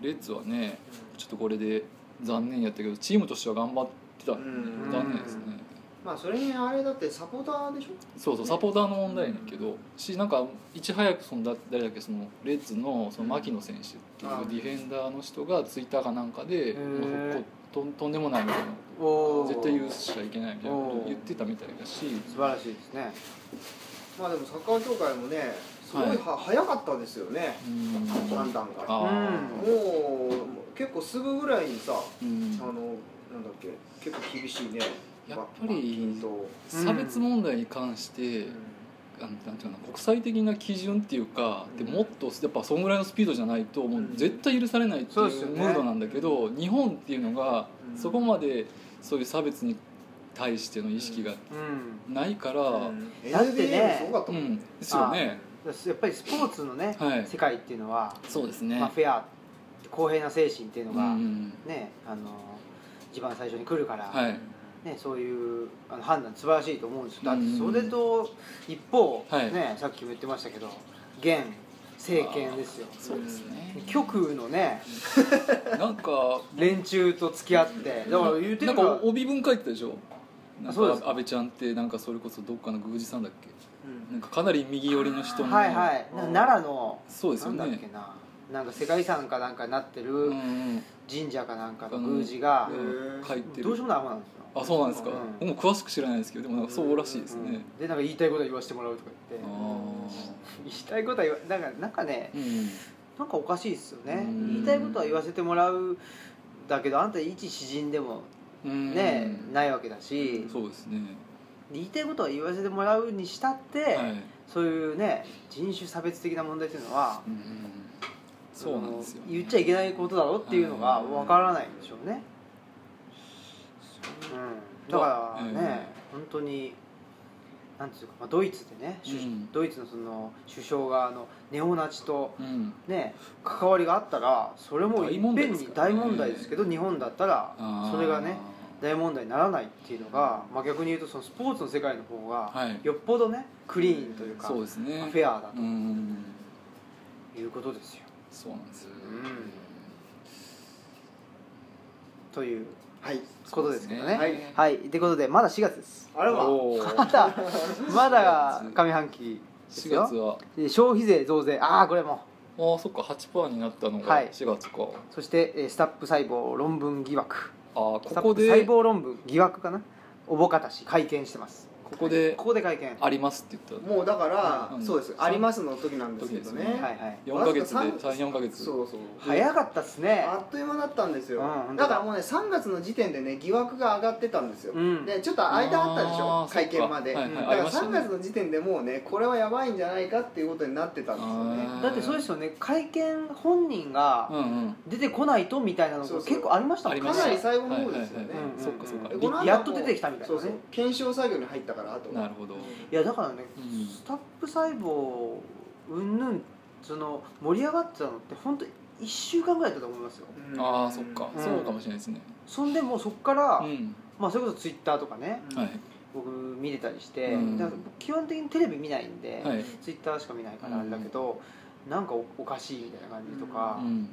Speaker 2: レッズはねちょっとこれで残念やったけどチームとしては頑張ってたんで
Speaker 3: うん
Speaker 2: 残念ですね、
Speaker 3: ままあそれにあれだってサポーターでしょ
Speaker 2: そうそうサポーターの問題やねんけどしなんかいち早くそのだ誰だっけそのレッズのその牧野選手って
Speaker 3: ああ
Speaker 2: いうディフェンダーの人がツイッターかなんかで
Speaker 1: へ
Speaker 2: も
Speaker 1: え
Speaker 2: うこことんとんでもないみたいな
Speaker 1: おー
Speaker 2: 絶対許しちゃいけないみたいなことを言ってたみたいだし
Speaker 1: 素晴らしいですね
Speaker 3: まあでもサッカー協会もねすごいは、早かったですよね
Speaker 2: うん
Speaker 3: 判断がも
Speaker 2: あ
Speaker 3: う
Speaker 2: あ
Speaker 3: 結構すぐぐらいにさ
Speaker 2: うん
Speaker 3: あのなんだっけ結構厳しいね
Speaker 2: やっぱり
Speaker 3: 罰金と、
Speaker 2: 差別問題に関して、あのなんていうかな国際的な基準っていうか、
Speaker 3: うん
Speaker 2: でもっとやっぱそんぐらいのスピードじゃないともううん絶対許されないってい
Speaker 1: そうですよ
Speaker 2: う
Speaker 1: ね
Speaker 2: ムードなんだけど、日本っていうのが
Speaker 3: うん
Speaker 2: そこまでそういう差別に対しての意識が
Speaker 1: うん
Speaker 2: ないから、
Speaker 3: う
Speaker 2: うん
Speaker 3: ん、
Speaker 1: だってね
Speaker 3: NBA もすごかった
Speaker 2: う
Speaker 3: もん、
Speaker 2: んですよね。
Speaker 1: やっぱりスポーツのね、
Speaker 2: はい
Speaker 1: 世界っていうのは、
Speaker 2: そうですね
Speaker 1: まあ、フェア公平な精神っていうの
Speaker 2: う
Speaker 1: が、
Speaker 2: ん
Speaker 1: ねあの一番最初に来るから、
Speaker 2: はい
Speaker 1: ね、そういうあの判断素晴らしいと思うんですよだって
Speaker 2: うん
Speaker 1: それと一方、
Speaker 2: はい
Speaker 1: ね、さっきも言ってましたけど現政権ですよ
Speaker 2: そうですね
Speaker 1: 極右のね
Speaker 2: なんか
Speaker 1: 連中と付き合ってだから言って
Speaker 2: な
Speaker 1: るか
Speaker 2: んから帯文書いてたでしょなん
Speaker 1: そうです
Speaker 2: か安倍ちゃんってなんかそれこそどっかの宮司さんだっけ
Speaker 3: うん
Speaker 2: なんかかなり右寄りの人の
Speaker 1: はいはい
Speaker 3: うん
Speaker 1: 奈良の
Speaker 2: そうですよ
Speaker 1: なんだっけ
Speaker 2: ね
Speaker 1: ななんか世界遺産かなんかになって
Speaker 2: う
Speaker 1: る
Speaker 2: ん
Speaker 1: 神社かなんかの
Speaker 2: うん
Speaker 1: 宮司が
Speaker 2: う
Speaker 3: へ
Speaker 2: ん
Speaker 3: ー
Speaker 2: 書いて
Speaker 1: どうし
Speaker 2: る
Speaker 1: ようもないアホなんですよ
Speaker 2: あそうなんですか、
Speaker 1: うん
Speaker 2: 僕も詳しく知らないですけどでもなんかそうらしいです
Speaker 1: う
Speaker 2: ね、
Speaker 1: んでなんか言いたいことは言わせてもらうとか言って
Speaker 2: あー
Speaker 1: 言いたいことは言わなんかなんかね
Speaker 2: うん
Speaker 1: なんかおかしいですよね
Speaker 2: うん
Speaker 1: 言いたいことは言わせてもらうだけどあんた一詩人でも
Speaker 2: うん
Speaker 1: ね、ないわけだし
Speaker 2: そうですね
Speaker 1: 言いたいことは言わせてもらうにしたって、
Speaker 2: はい、
Speaker 1: そういうね人種差別的な問題っていうのは
Speaker 2: うん、そうなんですよ、
Speaker 1: あの言っちゃいけないことだろっていうのがわからないんでしょうね、うん、だからね、
Speaker 2: うん
Speaker 1: 本当になんていうか、まあ、ドイツでね、首
Speaker 2: うん
Speaker 1: ドイツのその首相があのネオナチと
Speaker 2: うん <laughs>
Speaker 1: ね関わりがあったらそれもいっぺんに大
Speaker 2: 大
Speaker 1: 問
Speaker 2: 問
Speaker 1: 題
Speaker 2: 題
Speaker 1: で
Speaker 2: ですす
Speaker 1: け
Speaker 2: か
Speaker 1: ど、日本だったら
Speaker 2: あー
Speaker 1: それがね大問題にならないっていうのが、まあ、逆に言うとそのスポーツの世界の方が
Speaker 2: はい
Speaker 1: よっぽどねクリーンというか、
Speaker 2: そう
Speaker 1: ま
Speaker 2: ですね
Speaker 1: あフェアだ
Speaker 2: うん
Speaker 1: ということですよ。
Speaker 2: そうなんですよ
Speaker 1: うんという
Speaker 3: はい
Speaker 1: ことですけどね。
Speaker 2: そう
Speaker 1: は
Speaker 2: で
Speaker 1: い
Speaker 2: すね、
Speaker 1: ということでまだ4月です。
Speaker 3: あれは
Speaker 2: お
Speaker 1: ま
Speaker 2: ー
Speaker 1: だまだ上半期です
Speaker 2: 4
Speaker 1: よ
Speaker 2: 月。は
Speaker 1: で消費税増税ああこれも
Speaker 2: ああそっか8%になったの
Speaker 1: は
Speaker 2: が
Speaker 1: い
Speaker 2: 4月か、
Speaker 1: そしてえースタップ細胞論文疑惑
Speaker 2: ああこ
Speaker 1: スタッ
Speaker 2: こ
Speaker 1: プ細
Speaker 2: でこ
Speaker 1: 胞論文疑惑かなおぼかたし会見してます
Speaker 2: こで
Speaker 1: ここで会見
Speaker 2: ありますって言っ
Speaker 3: もうだから、
Speaker 2: うん
Speaker 3: そうですありますの時なんですけどね
Speaker 2: 時ですね
Speaker 1: はいはい
Speaker 2: た4ヶ月で
Speaker 3: わずか
Speaker 2: 34ヶ月
Speaker 3: そうそう
Speaker 1: 早かったっすね
Speaker 3: あっという間だったんですよ、
Speaker 1: うん本当だ
Speaker 3: だからもうね3月の時点でね疑惑が上がってたんですよ、
Speaker 1: うん
Speaker 3: でちょっと間あったでし
Speaker 2: あ
Speaker 3: ょ
Speaker 2: ー
Speaker 3: 会見まで、
Speaker 2: そっ
Speaker 1: はいはい
Speaker 3: だ
Speaker 1: あ
Speaker 3: か
Speaker 2: り
Speaker 3: ら
Speaker 2: ましたね
Speaker 3: 3月の時点でもうねこれはやばいんじゃないかっていうことになってたんですよ
Speaker 2: あ
Speaker 3: ね
Speaker 2: ー
Speaker 1: だってそうですよね会見本人が
Speaker 2: うんうん
Speaker 1: 出てこないとみたいなのが
Speaker 3: そうそう
Speaker 1: 結構ありましたも
Speaker 2: あ
Speaker 1: ん
Speaker 2: り
Speaker 1: ね
Speaker 2: まし
Speaker 3: か
Speaker 2: た
Speaker 3: なり最後の方ですよ
Speaker 2: はい
Speaker 3: ね
Speaker 2: はいはい
Speaker 1: うん
Speaker 2: そっかそっか
Speaker 1: う
Speaker 3: で
Speaker 1: んう
Speaker 3: こ
Speaker 1: ん
Speaker 3: の
Speaker 1: うん
Speaker 3: 後も
Speaker 1: やっと出てきたみたいなね
Speaker 3: そうそう検証作業に入ったからあと
Speaker 2: なるほど
Speaker 1: いやだからね、
Speaker 2: うん
Speaker 1: スタップ細胞うんぬんその盛り上がってたのって本当一1週間ぐらいだったと思いますよ
Speaker 3: うん
Speaker 2: ああそっか、
Speaker 1: うん
Speaker 2: そうかもしれないですね
Speaker 1: そんでもうそっから、
Speaker 2: うん
Speaker 1: まあそれこそツイッターとかね
Speaker 3: うん
Speaker 2: はい
Speaker 1: 僕見れたりして、
Speaker 2: うん
Speaker 1: だから僕基本的にテレビ見ないんで、
Speaker 2: はい
Speaker 1: ツイッターしか見ないからあれだけど、なんかおおかしいみたいな感じとか
Speaker 2: う、ん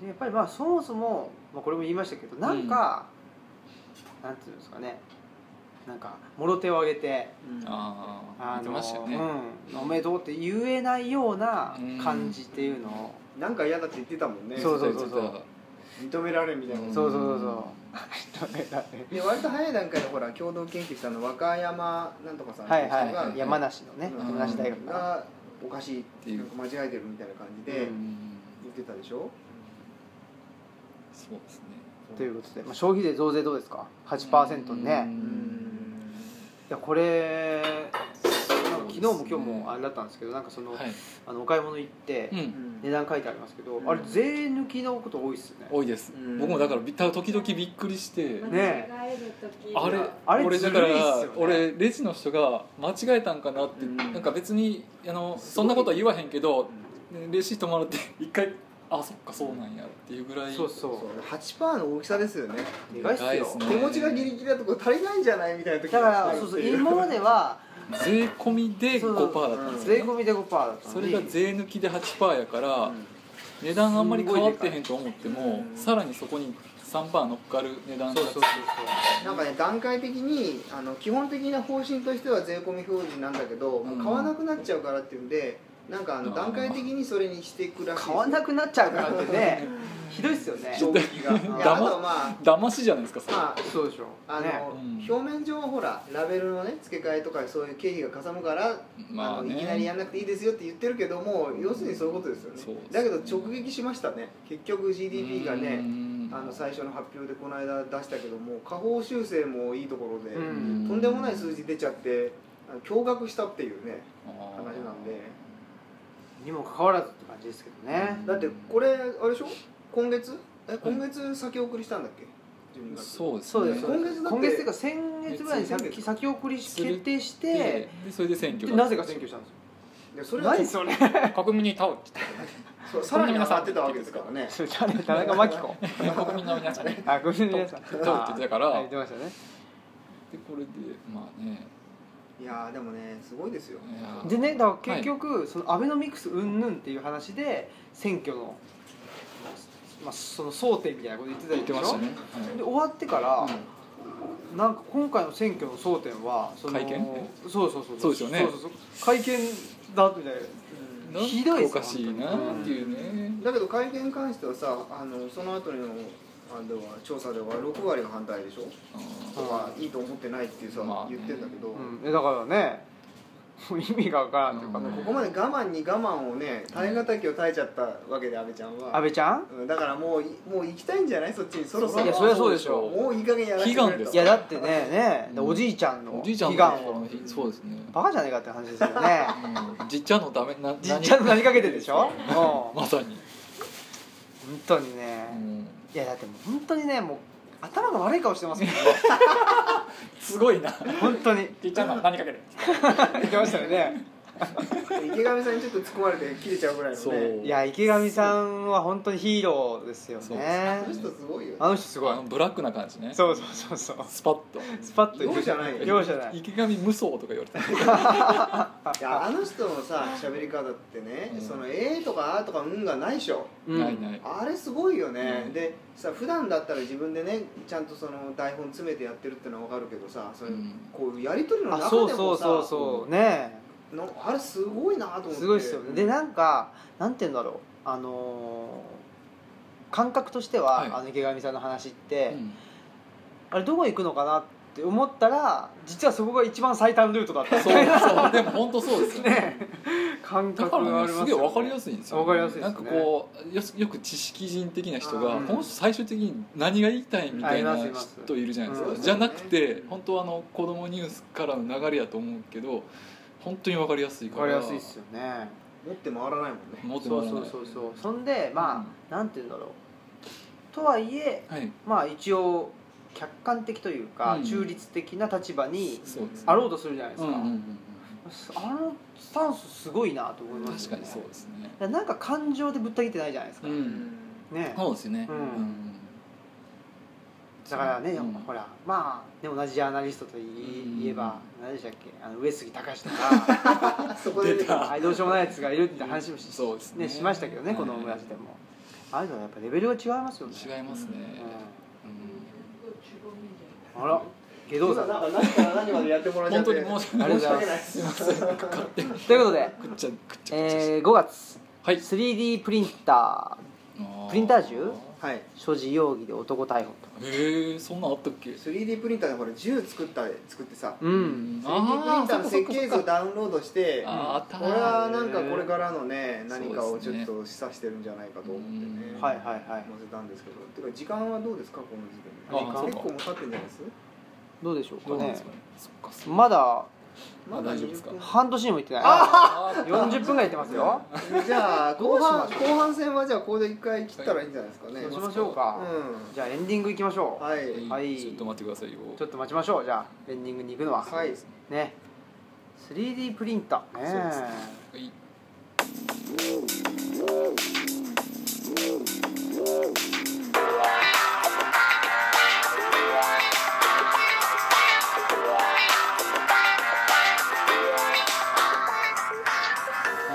Speaker 1: でやっぱりまあそもそも、まあ、これも言いましたけどなんか、なんていうんですかねなんかもろ手を挙げて
Speaker 3: うん
Speaker 2: ああ
Speaker 1: あ
Speaker 2: 言ってましたよね、
Speaker 1: うん、おめでとうって言えないような感じっていうのを、
Speaker 3: なんか嫌だって言ってたもんね
Speaker 1: そうそうそう
Speaker 3: 認められんみたいな、
Speaker 1: そうそうそうそう
Speaker 3: で割と早い段階でほら共同研究したの若山なんとかさんって
Speaker 1: は
Speaker 3: いう
Speaker 1: い
Speaker 3: 人が、
Speaker 1: はい、
Speaker 2: はい
Speaker 1: 山梨のね
Speaker 3: うん
Speaker 1: 山梨大学が、
Speaker 3: がおかしいっていうなんか間違えてるみたいな感じで
Speaker 1: うん
Speaker 3: 言ってたでしょ、
Speaker 2: そうですね
Speaker 1: ということで、まあ、消費税増税どうですか8%ね、
Speaker 2: う
Speaker 1: い
Speaker 2: ん
Speaker 1: やこれなんか昨日も今日
Speaker 2: そうですね
Speaker 1: もあれだったんですけどなんかその,、
Speaker 2: はい、
Speaker 1: あのお買い物行って、
Speaker 2: う、
Speaker 3: うんん
Speaker 1: 値段書いてありますけど、
Speaker 3: うん
Speaker 1: あれ税抜きのこと多いっすよね
Speaker 2: 多いです、
Speaker 3: うん
Speaker 2: 僕もだからびた時々びっくりして、
Speaker 1: ねえ
Speaker 5: 間違える時
Speaker 2: あれ
Speaker 1: あれ
Speaker 2: 俺
Speaker 1: ず
Speaker 2: だ
Speaker 1: る
Speaker 2: か
Speaker 1: いっ
Speaker 2: ら
Speaker 1: すよね
Speaker 2: 俺レジの人が間違えたんかなって、
Speaker 3: うん
Speaker 2: なんか別にあのそんなことは言わへんけどレシートもらって一回あそっかそうなんやっていうぐらい
Speaker 1: そうそう
Speaker 3: そう8%の大きさですよね
Speaker 1: でかいっすよ
Speaker 2: でかいっすね
Speaker 3: 手持ちがギリギリだとこれ足りないんじゃないみたいな時
Speaker 1: だからそうそう今までは
Speaker 2: 税込みで
Speaker 1: そうそう
Speaker 2: 5%だったんですよね
Speaker 1: 税込みで5%だったの
Speaker 2: そ
Speaker 1: に
Speaker 2: れが税抜きで8%やから、
Speaker 3: うん
Speaker 2: 値段あんまり変わってへんと思っても、
Speaker 3: うん
Speaker 2: さらにそこに3%乗っかる値段
Speaker 1: そうそうそう
Speaker 3: なんかね段階的にあの基本的な方針としては税込み表示なんだけど、もう買わなくなっちゃうからっていうんでなんかあの
Speaker 2: あー
Speaker 3: 段階的にそれにしていくらしい
Speaker 1: 買わなくなっちゃうからってねひどいっすよね
Speaker 3: 衝撃がい
Speaker 1: <laughs> 黙っ
Speaker 3: やあとはまあ
Speaker 2: 騙しじゃないですかそれ、
Speaker 3: まあ
Speaker 1: そうでしょ
Speaker 3: あの、
Speaker 1: ね
Speaker 2: うん
Speaker 3: 表面上はほらラベルのね付け替えとかそういう経費がかさむから、
Speaker 2: まあ
Speaker 3: の
Speaker 2: ね
Speaker 3: いきなりやんなくていいですよって言ってるけども要するにそういうことですよね
Speaker 2: そうですね
Speaker 3: だけど直撃しましたね結局 GDP が
Speaker 2: う
Speaker 3: ね
Speaker 2: ん
Speaker 3: あの最初の発表でこの間出したけども下方修正もいいところで、
Speaker 1: うん
Speaker 3: とんでもない数字出ちゃってあの驚愕したっていうね
Speaker 2: あー
Speaker 3: 話なんで
Speaker 1: にもかかわらずって感じですけどね
Speaker 3: だってこれあれでしょ今月え今月先送りしたんだっけ12月
Speaker 2: そうですね
Speaker 1: そうですそうです
Speaker 3: 今月だって
Speaker 1: 今月っていうか先月ぐらいに先先送りし決定して
Speaker 2: でそれで選
Speaker 1: で
Speaker 2: 挙
Speaker 1: なぜか選挙したんですよ
Speaker 3: いやそれは
Speaker 1: 何それ
Speaker 2: <laughs> 国民に倒って
Speaker 3: そうさらに上がってたわけですからね
Speaker 1: 誰田中真紀子
Speaker 2: <laughs> 国民の皆さんね
Speaker 1: あごめんなさい
Speaker 2: 倒ってたから
Speaker 1: 言ってましたね
Speaker 2: でこれでまあね
Speaker 3: いやーでもねすごいですよ
Speaker 2: いやー
Speaker 1: でねだから結局、そのアベノミクス云々っていう話で選挙の、まあ、その争点みたいなこと言ってたで
Speaker 2: 言っ
Speaker 1: してょ
Speaker 2: ましたね、
Speaker 1: で終わってから、なんか今回の選挙の争点はその
Speaker 2: 会見
Speaker 1: そうそうそう
Speaker 2: そうですよね
Speaker 1: そうそうそう会見だみたい
Speaker 2: うん
Speaker 1: なひどいっ
Speaker 2: なん
Speaker 1: す
Speaker 2: かおかしいなっていうね、
Speaker 3: だけど会見に関してはさあのその後のあの調査では6割が反対でしょ
Speaker 2: あ
Speaker 3: とかいいと思ってないっていうさ、
Speaker 2: まあ
Speaker 3: 言ってんだけど、
Speaker 1: うん、えだからねもう意味がわからんというか、
Speaker 2: うん
Speaker 3: ここまで我慢に我慢をね耐え難きを耐えちゃったわけで阿部ちゃんは
Speaker 1: 安倍ちゃん
Speaker 3: うんだからもういもう行きたいんじゃないそっちにそろそろ
Speaker 1: いやそりゃそうでしょ
Speaker 3: もういい加減やらせてくれ
Speaker 2: 悲願です
Speaker 1: いやだってねね、で
Speaker 2: うん
Speaker 1: おじいちゃんの
Speaker 2: おじいちゃん
Speaker 1: 悲
Speaker 2: の
Speaker 1: 願を
Speaker 2: そうですね、
Speaker 1: バカじゃねえかって話ですよね
Speaker 2: うん、じっちゃんのダメな
Speaker 1: じっちゃんとなりかけてるでしょ、うん、
Speaker 2: 何
Speaker 1: 本
Speaker 2: まさに、
Speaker 1: 当にね、
Speaker 2: うん
Speaker 1: いやだってもう本当にねもう頭が悪い顔してますもんね
Speaker 2: すごいな
Speaker 1: 本当に
Speaker 2: じっちゃんの何かける
Speaker 1: 言ってましたよね
Speaker 3: 池上さんにちょっと突っ込まれて切れちゃうぐらいのね
Speaker 2: そう
Speaker 1: いや池上さんは本当にヒーローですよ
Speaker 2: そう
Speaker 1: ね
Speaker 3: あの人すごいよね
Speaker 1: あの人すごい
Speaker 2: あのブラックな感じね
Speaker 1: そうそうそうそう
Speaker 2: スパッと
Speaker 1: スパッといく
Speaker 3: 容赦ないよ
Speaker 1: 容赦ない
Speaker 2: 池上無双とか言われてた
Speaker 3: いやあの人のさ喋り方ってね、
Speaker 2: うん
Speaker 3: その「えー」とか「あー」とか「うん」がないでしょ
Speaker 1: うん
Speaker 2: ないない
Speaker 3: あれすごいよね、
Speaker 2: うん
Speaker 3: でさ普段だったら自分でねちゃんとその台本詰めてやってるってのはわかるけどさそういう、
Speaker 2: うん
Speaker 3: こういうやり取りの
Speaker 1: あ
Speaker 3: 中
Speaker 1: そう
Speaker 3: で
Speaker 1: そ
Speaker 3: も
Speaker 1: う
Speaker 3: さ
Speaker 1: そうそうね
Speaker 3: のあれすごいなと思って
Speaker 1: すごいですよねで
Speaker 3: うん
Speaker 1: なんかなんて言うんだろうあのー感覚としては、
Speaker 2: はい
Speaker 1: あの池上さんの話って、
Speaker 2: うん
Speaker 1: あれどこ行くのかなって思ったら実はそこが一番最短ルートだったみ
Speaker 2: そ
Speaker 1: たいうな
Speaker 2: そうでも本当そうですよね
Speaker 1: 感
Speaker 2: <laughs> だ
Speaker 1: 覚
Speaker 2: から
Speaker 1: があ
Speaker 2: ね
Speaker 1: り
Speaker 2: す
Speaker 1: ます
Speaker 2: げえ
Speaker 1: よね
Speaker 2: わかりやすいんですよ、
Speaker 1: わかりやすいです
Speaker 2: なん
Speaker 1: ね
Speaker 2: かこうよよく知識人的な人が
Speaker 3: あー
Speaker 2: この人最終的に何が言いたいみたい
Speaker 1: あま
Speaker 2: ない
Speaker 1: すいます
Speaker 2: 人いるじゃないですか、
Speaker 1: うん
Speaker 2: じゃなくて本当はあの子供ニュースからの流れやと思うけど本当にわかりやすい
Speaker 1: わ
Speaker 2: か
Speaker 1: からりやすいっすよね
Speaker 3: 持って回らないもんね
Speaker 2: 持って
Speaker 1: そ
Speaker 2: も
Speaker 1: う
Speaker 2: らわ
Speaker 1: そ
Speaker 2: ないう
Speaker 1: そうそうそんでまあ、なんて言うんだろうとはいえ
Speaker 2: はい
Speaker 1: まあ一応客観的というか、
Speaker 2: うん
Speaker 1: 中立的な立場に
Speaker 2: そうです
Speaker 1: あろうとするじゃないです
Speaker 2: うん
Speaker 1: か、
Speaker 2: うんうん
Speaker 1: あのスタンスすごいなと思い
Speaker 2: うん、
Speaker 1: ます
Speaker 2: 確
Speaker 1: よ
Speaker 2: か
Speaker 1: ね
Speaker 2: にそうですね
Speaker 1: だからなんか感情でぶった切ってないじゃないですか、
Speaker 2: う
Speaker 3: うん
Speaker 1: ね
Speaker 2: そうですよね
Speaker 1: うん
Speaker 2: ん
Speaker 1: だからね、
Speaker 2: うん
Speaker 1: ほらまあ、ね、同じジャーナリストとい
Speaker 2: うん
Speaker 1: 言えば、何でしたっけあの上杉隆と
Speaker 2: <laughs>
Speaker 1: か
Speaker 3: あそこで
Speaker 2: 出た
Speaker 1: ああいうどうしようもないやつがいるって話もし,、
Speaker 2: そうですね
Speaker 1: ね、しましたけどねこのオムラジでも、ああいうのはやっぱレベルが違いますよね
Speaker 2: 違いますね、
Speaker 1: うんあら下道
Speaker 3: さ
Speaker 1: さ
Speaker 3: ん
Speaker 1: ん
Speaker 3: なん
Speaker 1: だ
Speaker 3: か何から何までやってもら
Speaker 2: う
Speaker 3: っ
Speaker 2: ん、
Speaker 3: ちゃっ
Speaker 2: 本当
Speaker 3: て
Speaker 2: に申し
Speaker 1: ありがとうございます
Speaker 3: ない
Speaker 2: すいません勝手にくっ
Speaker 1: ということで、
Speaker 2: ちゃくっちゃくっちゃして
Speaker 1: えー、5月
Speaker 2: はい
Speaker 1: 3D プリンタプリンター銃
Speaker 3: はい
Speaker 1: ー所持容疑で男逮捕と
Speaker 2: へえそんなんあったっけ
Speaker 3: 3D プリンターでほら銃作った作ってさ
Speaker 1: う
Speaker 2: うん
Speaker 3: 3D プリンターの設計図を
Speaker 2: だ
Speaker 3: ダウンロードして
Speaker 2: ああった
Speaker 3: これはなんかこれからのね何かをち
Speaker 2: そうです
Speaker 3: ょっ
Speaker 2: ね
Speaker 3: と示唆してるんじゃないかと思ってね
Speaker 2: うん
Speaker 1: はいはいはい
Speaker 3: 載せたんですけどてか時間はどうですかこの時
Speaker 2: あ
Speaker 3: 点
Speaker 1: そう
Speaker 3: で
Speaker 1: か
Speaker 3: 結構もう経ってんじゃないです
Speaker 1: どうでしょうか
Speaker 2: どうなん
Speaker 1: ね
Speaker 2: ですかねそっかそっか
Speaker 1: まだ
Speaker 3: ま
Speaker 2: あ
Speaker 3: だ
Speaker 2: 大丈夫ですか
Speaker 3: 20
Speaker 1: 半年にも行ってない
Speaker 2: あー
Speaker 1: 40分ぐらい行ってますよ
Speaker 3: 分じゃあ
Speaker 1: ど
Speaker 3: 後
Speaker 1: うし
Speaker 3: 半
Speaker 1: ましょう
Speaker 3: 後半戦はじゃあここで一回切ったらいいんじゃないですかね
Speaker 1: そうしましょうか、
Speaker 3: う
Speaker 1: じゃあエンディング行きましょう、
Speaker 3: んはい
Speaker 1: はい
Speaker 2: ちょっと待ってくださいよ
Speaker 1: ちょっと待ちましょうじゃあエンディングに行くのは、
Speaker 3: はい
Speaker 1: ね 3D プリンターね
Speaker 2: そうですねはい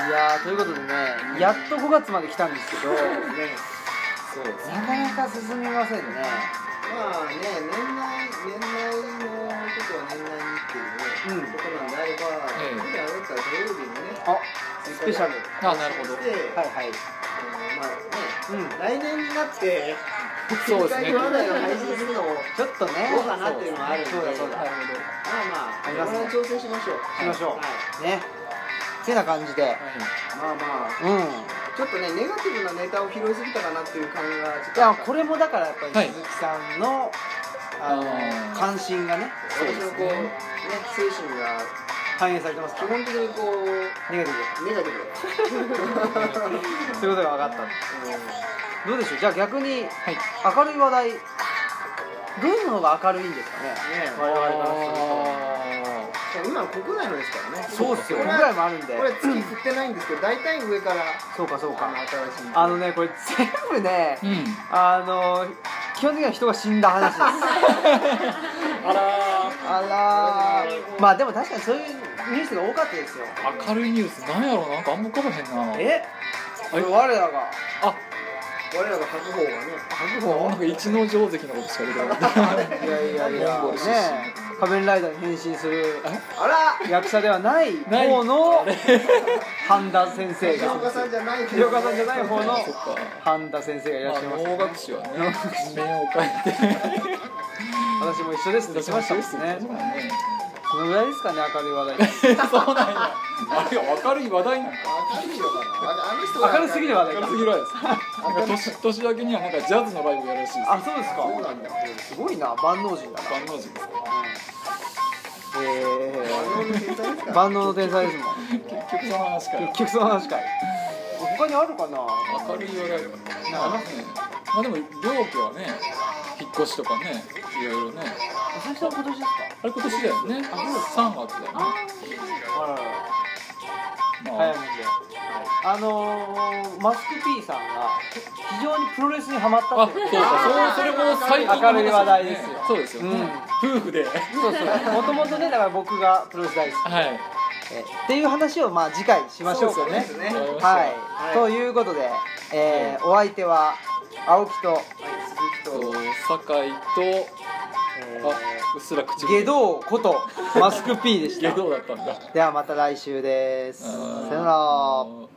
Speaker 1: いやーということでねやっと5月まで来たんですけど
Speaker 3: ね
Speaker 2: そうです
Speaker 1: なかなかが進みませんね
Speaker 3: まあね、年内、年内のことは年内にっていうね、
Speaker 1: うん
Speaker 3: ことなんであれば、
Speaker 2: ええ
Speaker 3: 今夜あれだったら土曜日にね、
Speaker 1: あスペシャル
Speaker 2: あなるほど
Speaker 3: して、
Speaker 1: は
Speaker 3: はい
Speaker 1: はい
Speaker 3: まあね、
Speaker 1: うん
Speaker 3: 来年になって、
Speaker 2: そうですね
Speaker 3: 世界話題を配信するのも、
Speaker 1: ちょっとね
Speaker 3: どうかなっていうのはあるんで、
Speaker 1: そうだそうだ
Speaker 3: まあまあ、
Speaker 1: あり
Speaker 3: こ
Speaker 1: ま
Speaker 3: れ
Speaker 1: すね
Speaker 3: は調整しましょう。
Speaker 1: しましょう
Speaker 3: はい、
Speaker 1: ねてな感じで
Speaker 3: まあまあ、
Speaker 1: うん
Speaker 3: ちょっとね、ネガティブなネタを拾いすぎたかなっていう感じが、ちょっ
Speaker 1: い
Speaker 3: とあ
Speaker 1: や
Speaker 3: った。
Speaker 1: これもだからやっぱ
Speaker 2: は
Speaker 1: り
Speaker 2: い
Speaker 1: 鈴木さんのあの
Speaker 2: あー
Speaker 1: 関心がね
Speaker 3: 私のこう、ね、精神が、
Speaker 1: 反映されてますか
Speaker 3: 基本的にこう、
Speaker 1: ネガティ
Speaker 3: ネガティブ。
Speaker 1: ブそういうことが分かっ
Speaker 3: うん
Speaker 1: たどうでしょうじゃあ逆に
Speaker 2: はい
Speaker 1: 明るい話題どういうのが明るいんですかね
Speaker 3: ね
Speaker 1: 我々からする
Speaker 2: あ
Speaker 3: 今の国内のですからね
Speaker 1: とそうっすよ
Speaker 3: これ
Speaker 1: 僕らもあるんで
Speaker 3: これ月振ってないんですけど大体上から
Speaker 1: そうかそう
Speaker 3: あの
Speaker 1: か
Speaker 3: 新しい
Speaker 1: あのねこれ全部ね
Speaker 2: ーうん
Speaker 1: あの基本的には人が死んだ <laughs> 話です
Speaker 2: あら
Speaker 1: あらーまあでも確かにそういうニュースが多かったですよ
Speaker 2: ー明るいニュースなんやろなんかあんま浮かばへんな
Speaker 1: えこれ我らが
Speaker 2: あ
Speaker 3: 我らが白鵬がね
Speaker 1: 白
Speaker 2: なんか一ノ城関のことしか出てこない
Speaker 3: いやいやいや
Speaker 2: モンゴル出身
Speaker 1: ね仮面ライダーに変身する
Speaker 3: あら
Speaker 1: 役者ではない
Speaker 2: ない
Speaker 1: 方の
Speaker 2: あれ
Speaker 1: 半田先生
Speaker 3: 広岡
Speaker 1: が
Speaker 3: さんじゃないけど
Speaker 1: 広岡さんじゃない方の
Speaker 2: そっか
Speaker 1: 半田先生がいらっしゃいます、
Speaker 2: まあ能
Speaker 1: ね
Speaker 2: 楽師はね面を変えて
Speaker 1: 私も一緒ですってしましたもんね
Speaker 2: そうだね
Speaker 1: そのぐらいですかね明るい話題
Speaker 2: そうなんやあれ明るい話題なんか
Speaker 3: 明るいのかなあの人が
Speaker 1: 明るすぎる話題
Speaker 2: 明
Speaker 1: か
Speaker 2: るすぎるわですなんか年年明けにはなんかジャズのライブやるらしいです
Speaker 1: あそうです
Speaker 3: そうな
Speaker 1: か
Speaker 3: んだ
Speaker 1: すごいな万能人だな
Speaker 2: 万能人ですか
Speaker 1: え
Speaker 3: あの天才です
Speaker 1: ー、
Speaker 3: から
Speaker 1: 万能の天才ですもん
Speaker 2: 結局その話から
Speaker 1: 結局その話かい他にあるかな
Speaker 2: 明るい話題まあねまあでも両家はね引っ越しとかねいろいろね
Speaker 1: 最初は今年ですか
Speaker 2: あれ今年だよね3月だよね
Speaker 1: あらら
Speaker 2: ま
Speaker 1: 早い
Speaker 2: あ
Speaker 1: もんで、あのー、マスク P さんが非常にプロレスにハマっ
Speaker 2: あ、そうそう、そ
Speaker 1: たっていう
Speaker 2: れそれも最近の
Speaker 1: 明るい話題ですよ
Speaker 2: そうですよね。夫婦で。は
Speaker 1: そうそうもともとねだから僕がプロレス大好き
Speaker 2: い。
Speaker 1: えーっていう話をまあ次回しましょうかね
Speaker 3: そうで
Speaker 1: は
Speaker 3: すね
Speaker 1: い、
Speaker 3: はい
Speaker 1: ということで、えーお相手は青木と、
Speaker 3: 鈴木と
Speaker 2: と、酒井と、
Speaker 1: え
Speaker 2: あ、うっすら口
Speaker 1: ー、下道ことマスク P でし
Speaker 2: 下
Speaker 1: た
Speaker 2: 道だったんだ。
Speaker 1: ではまた来週ですさよなら
Speaker 2: うん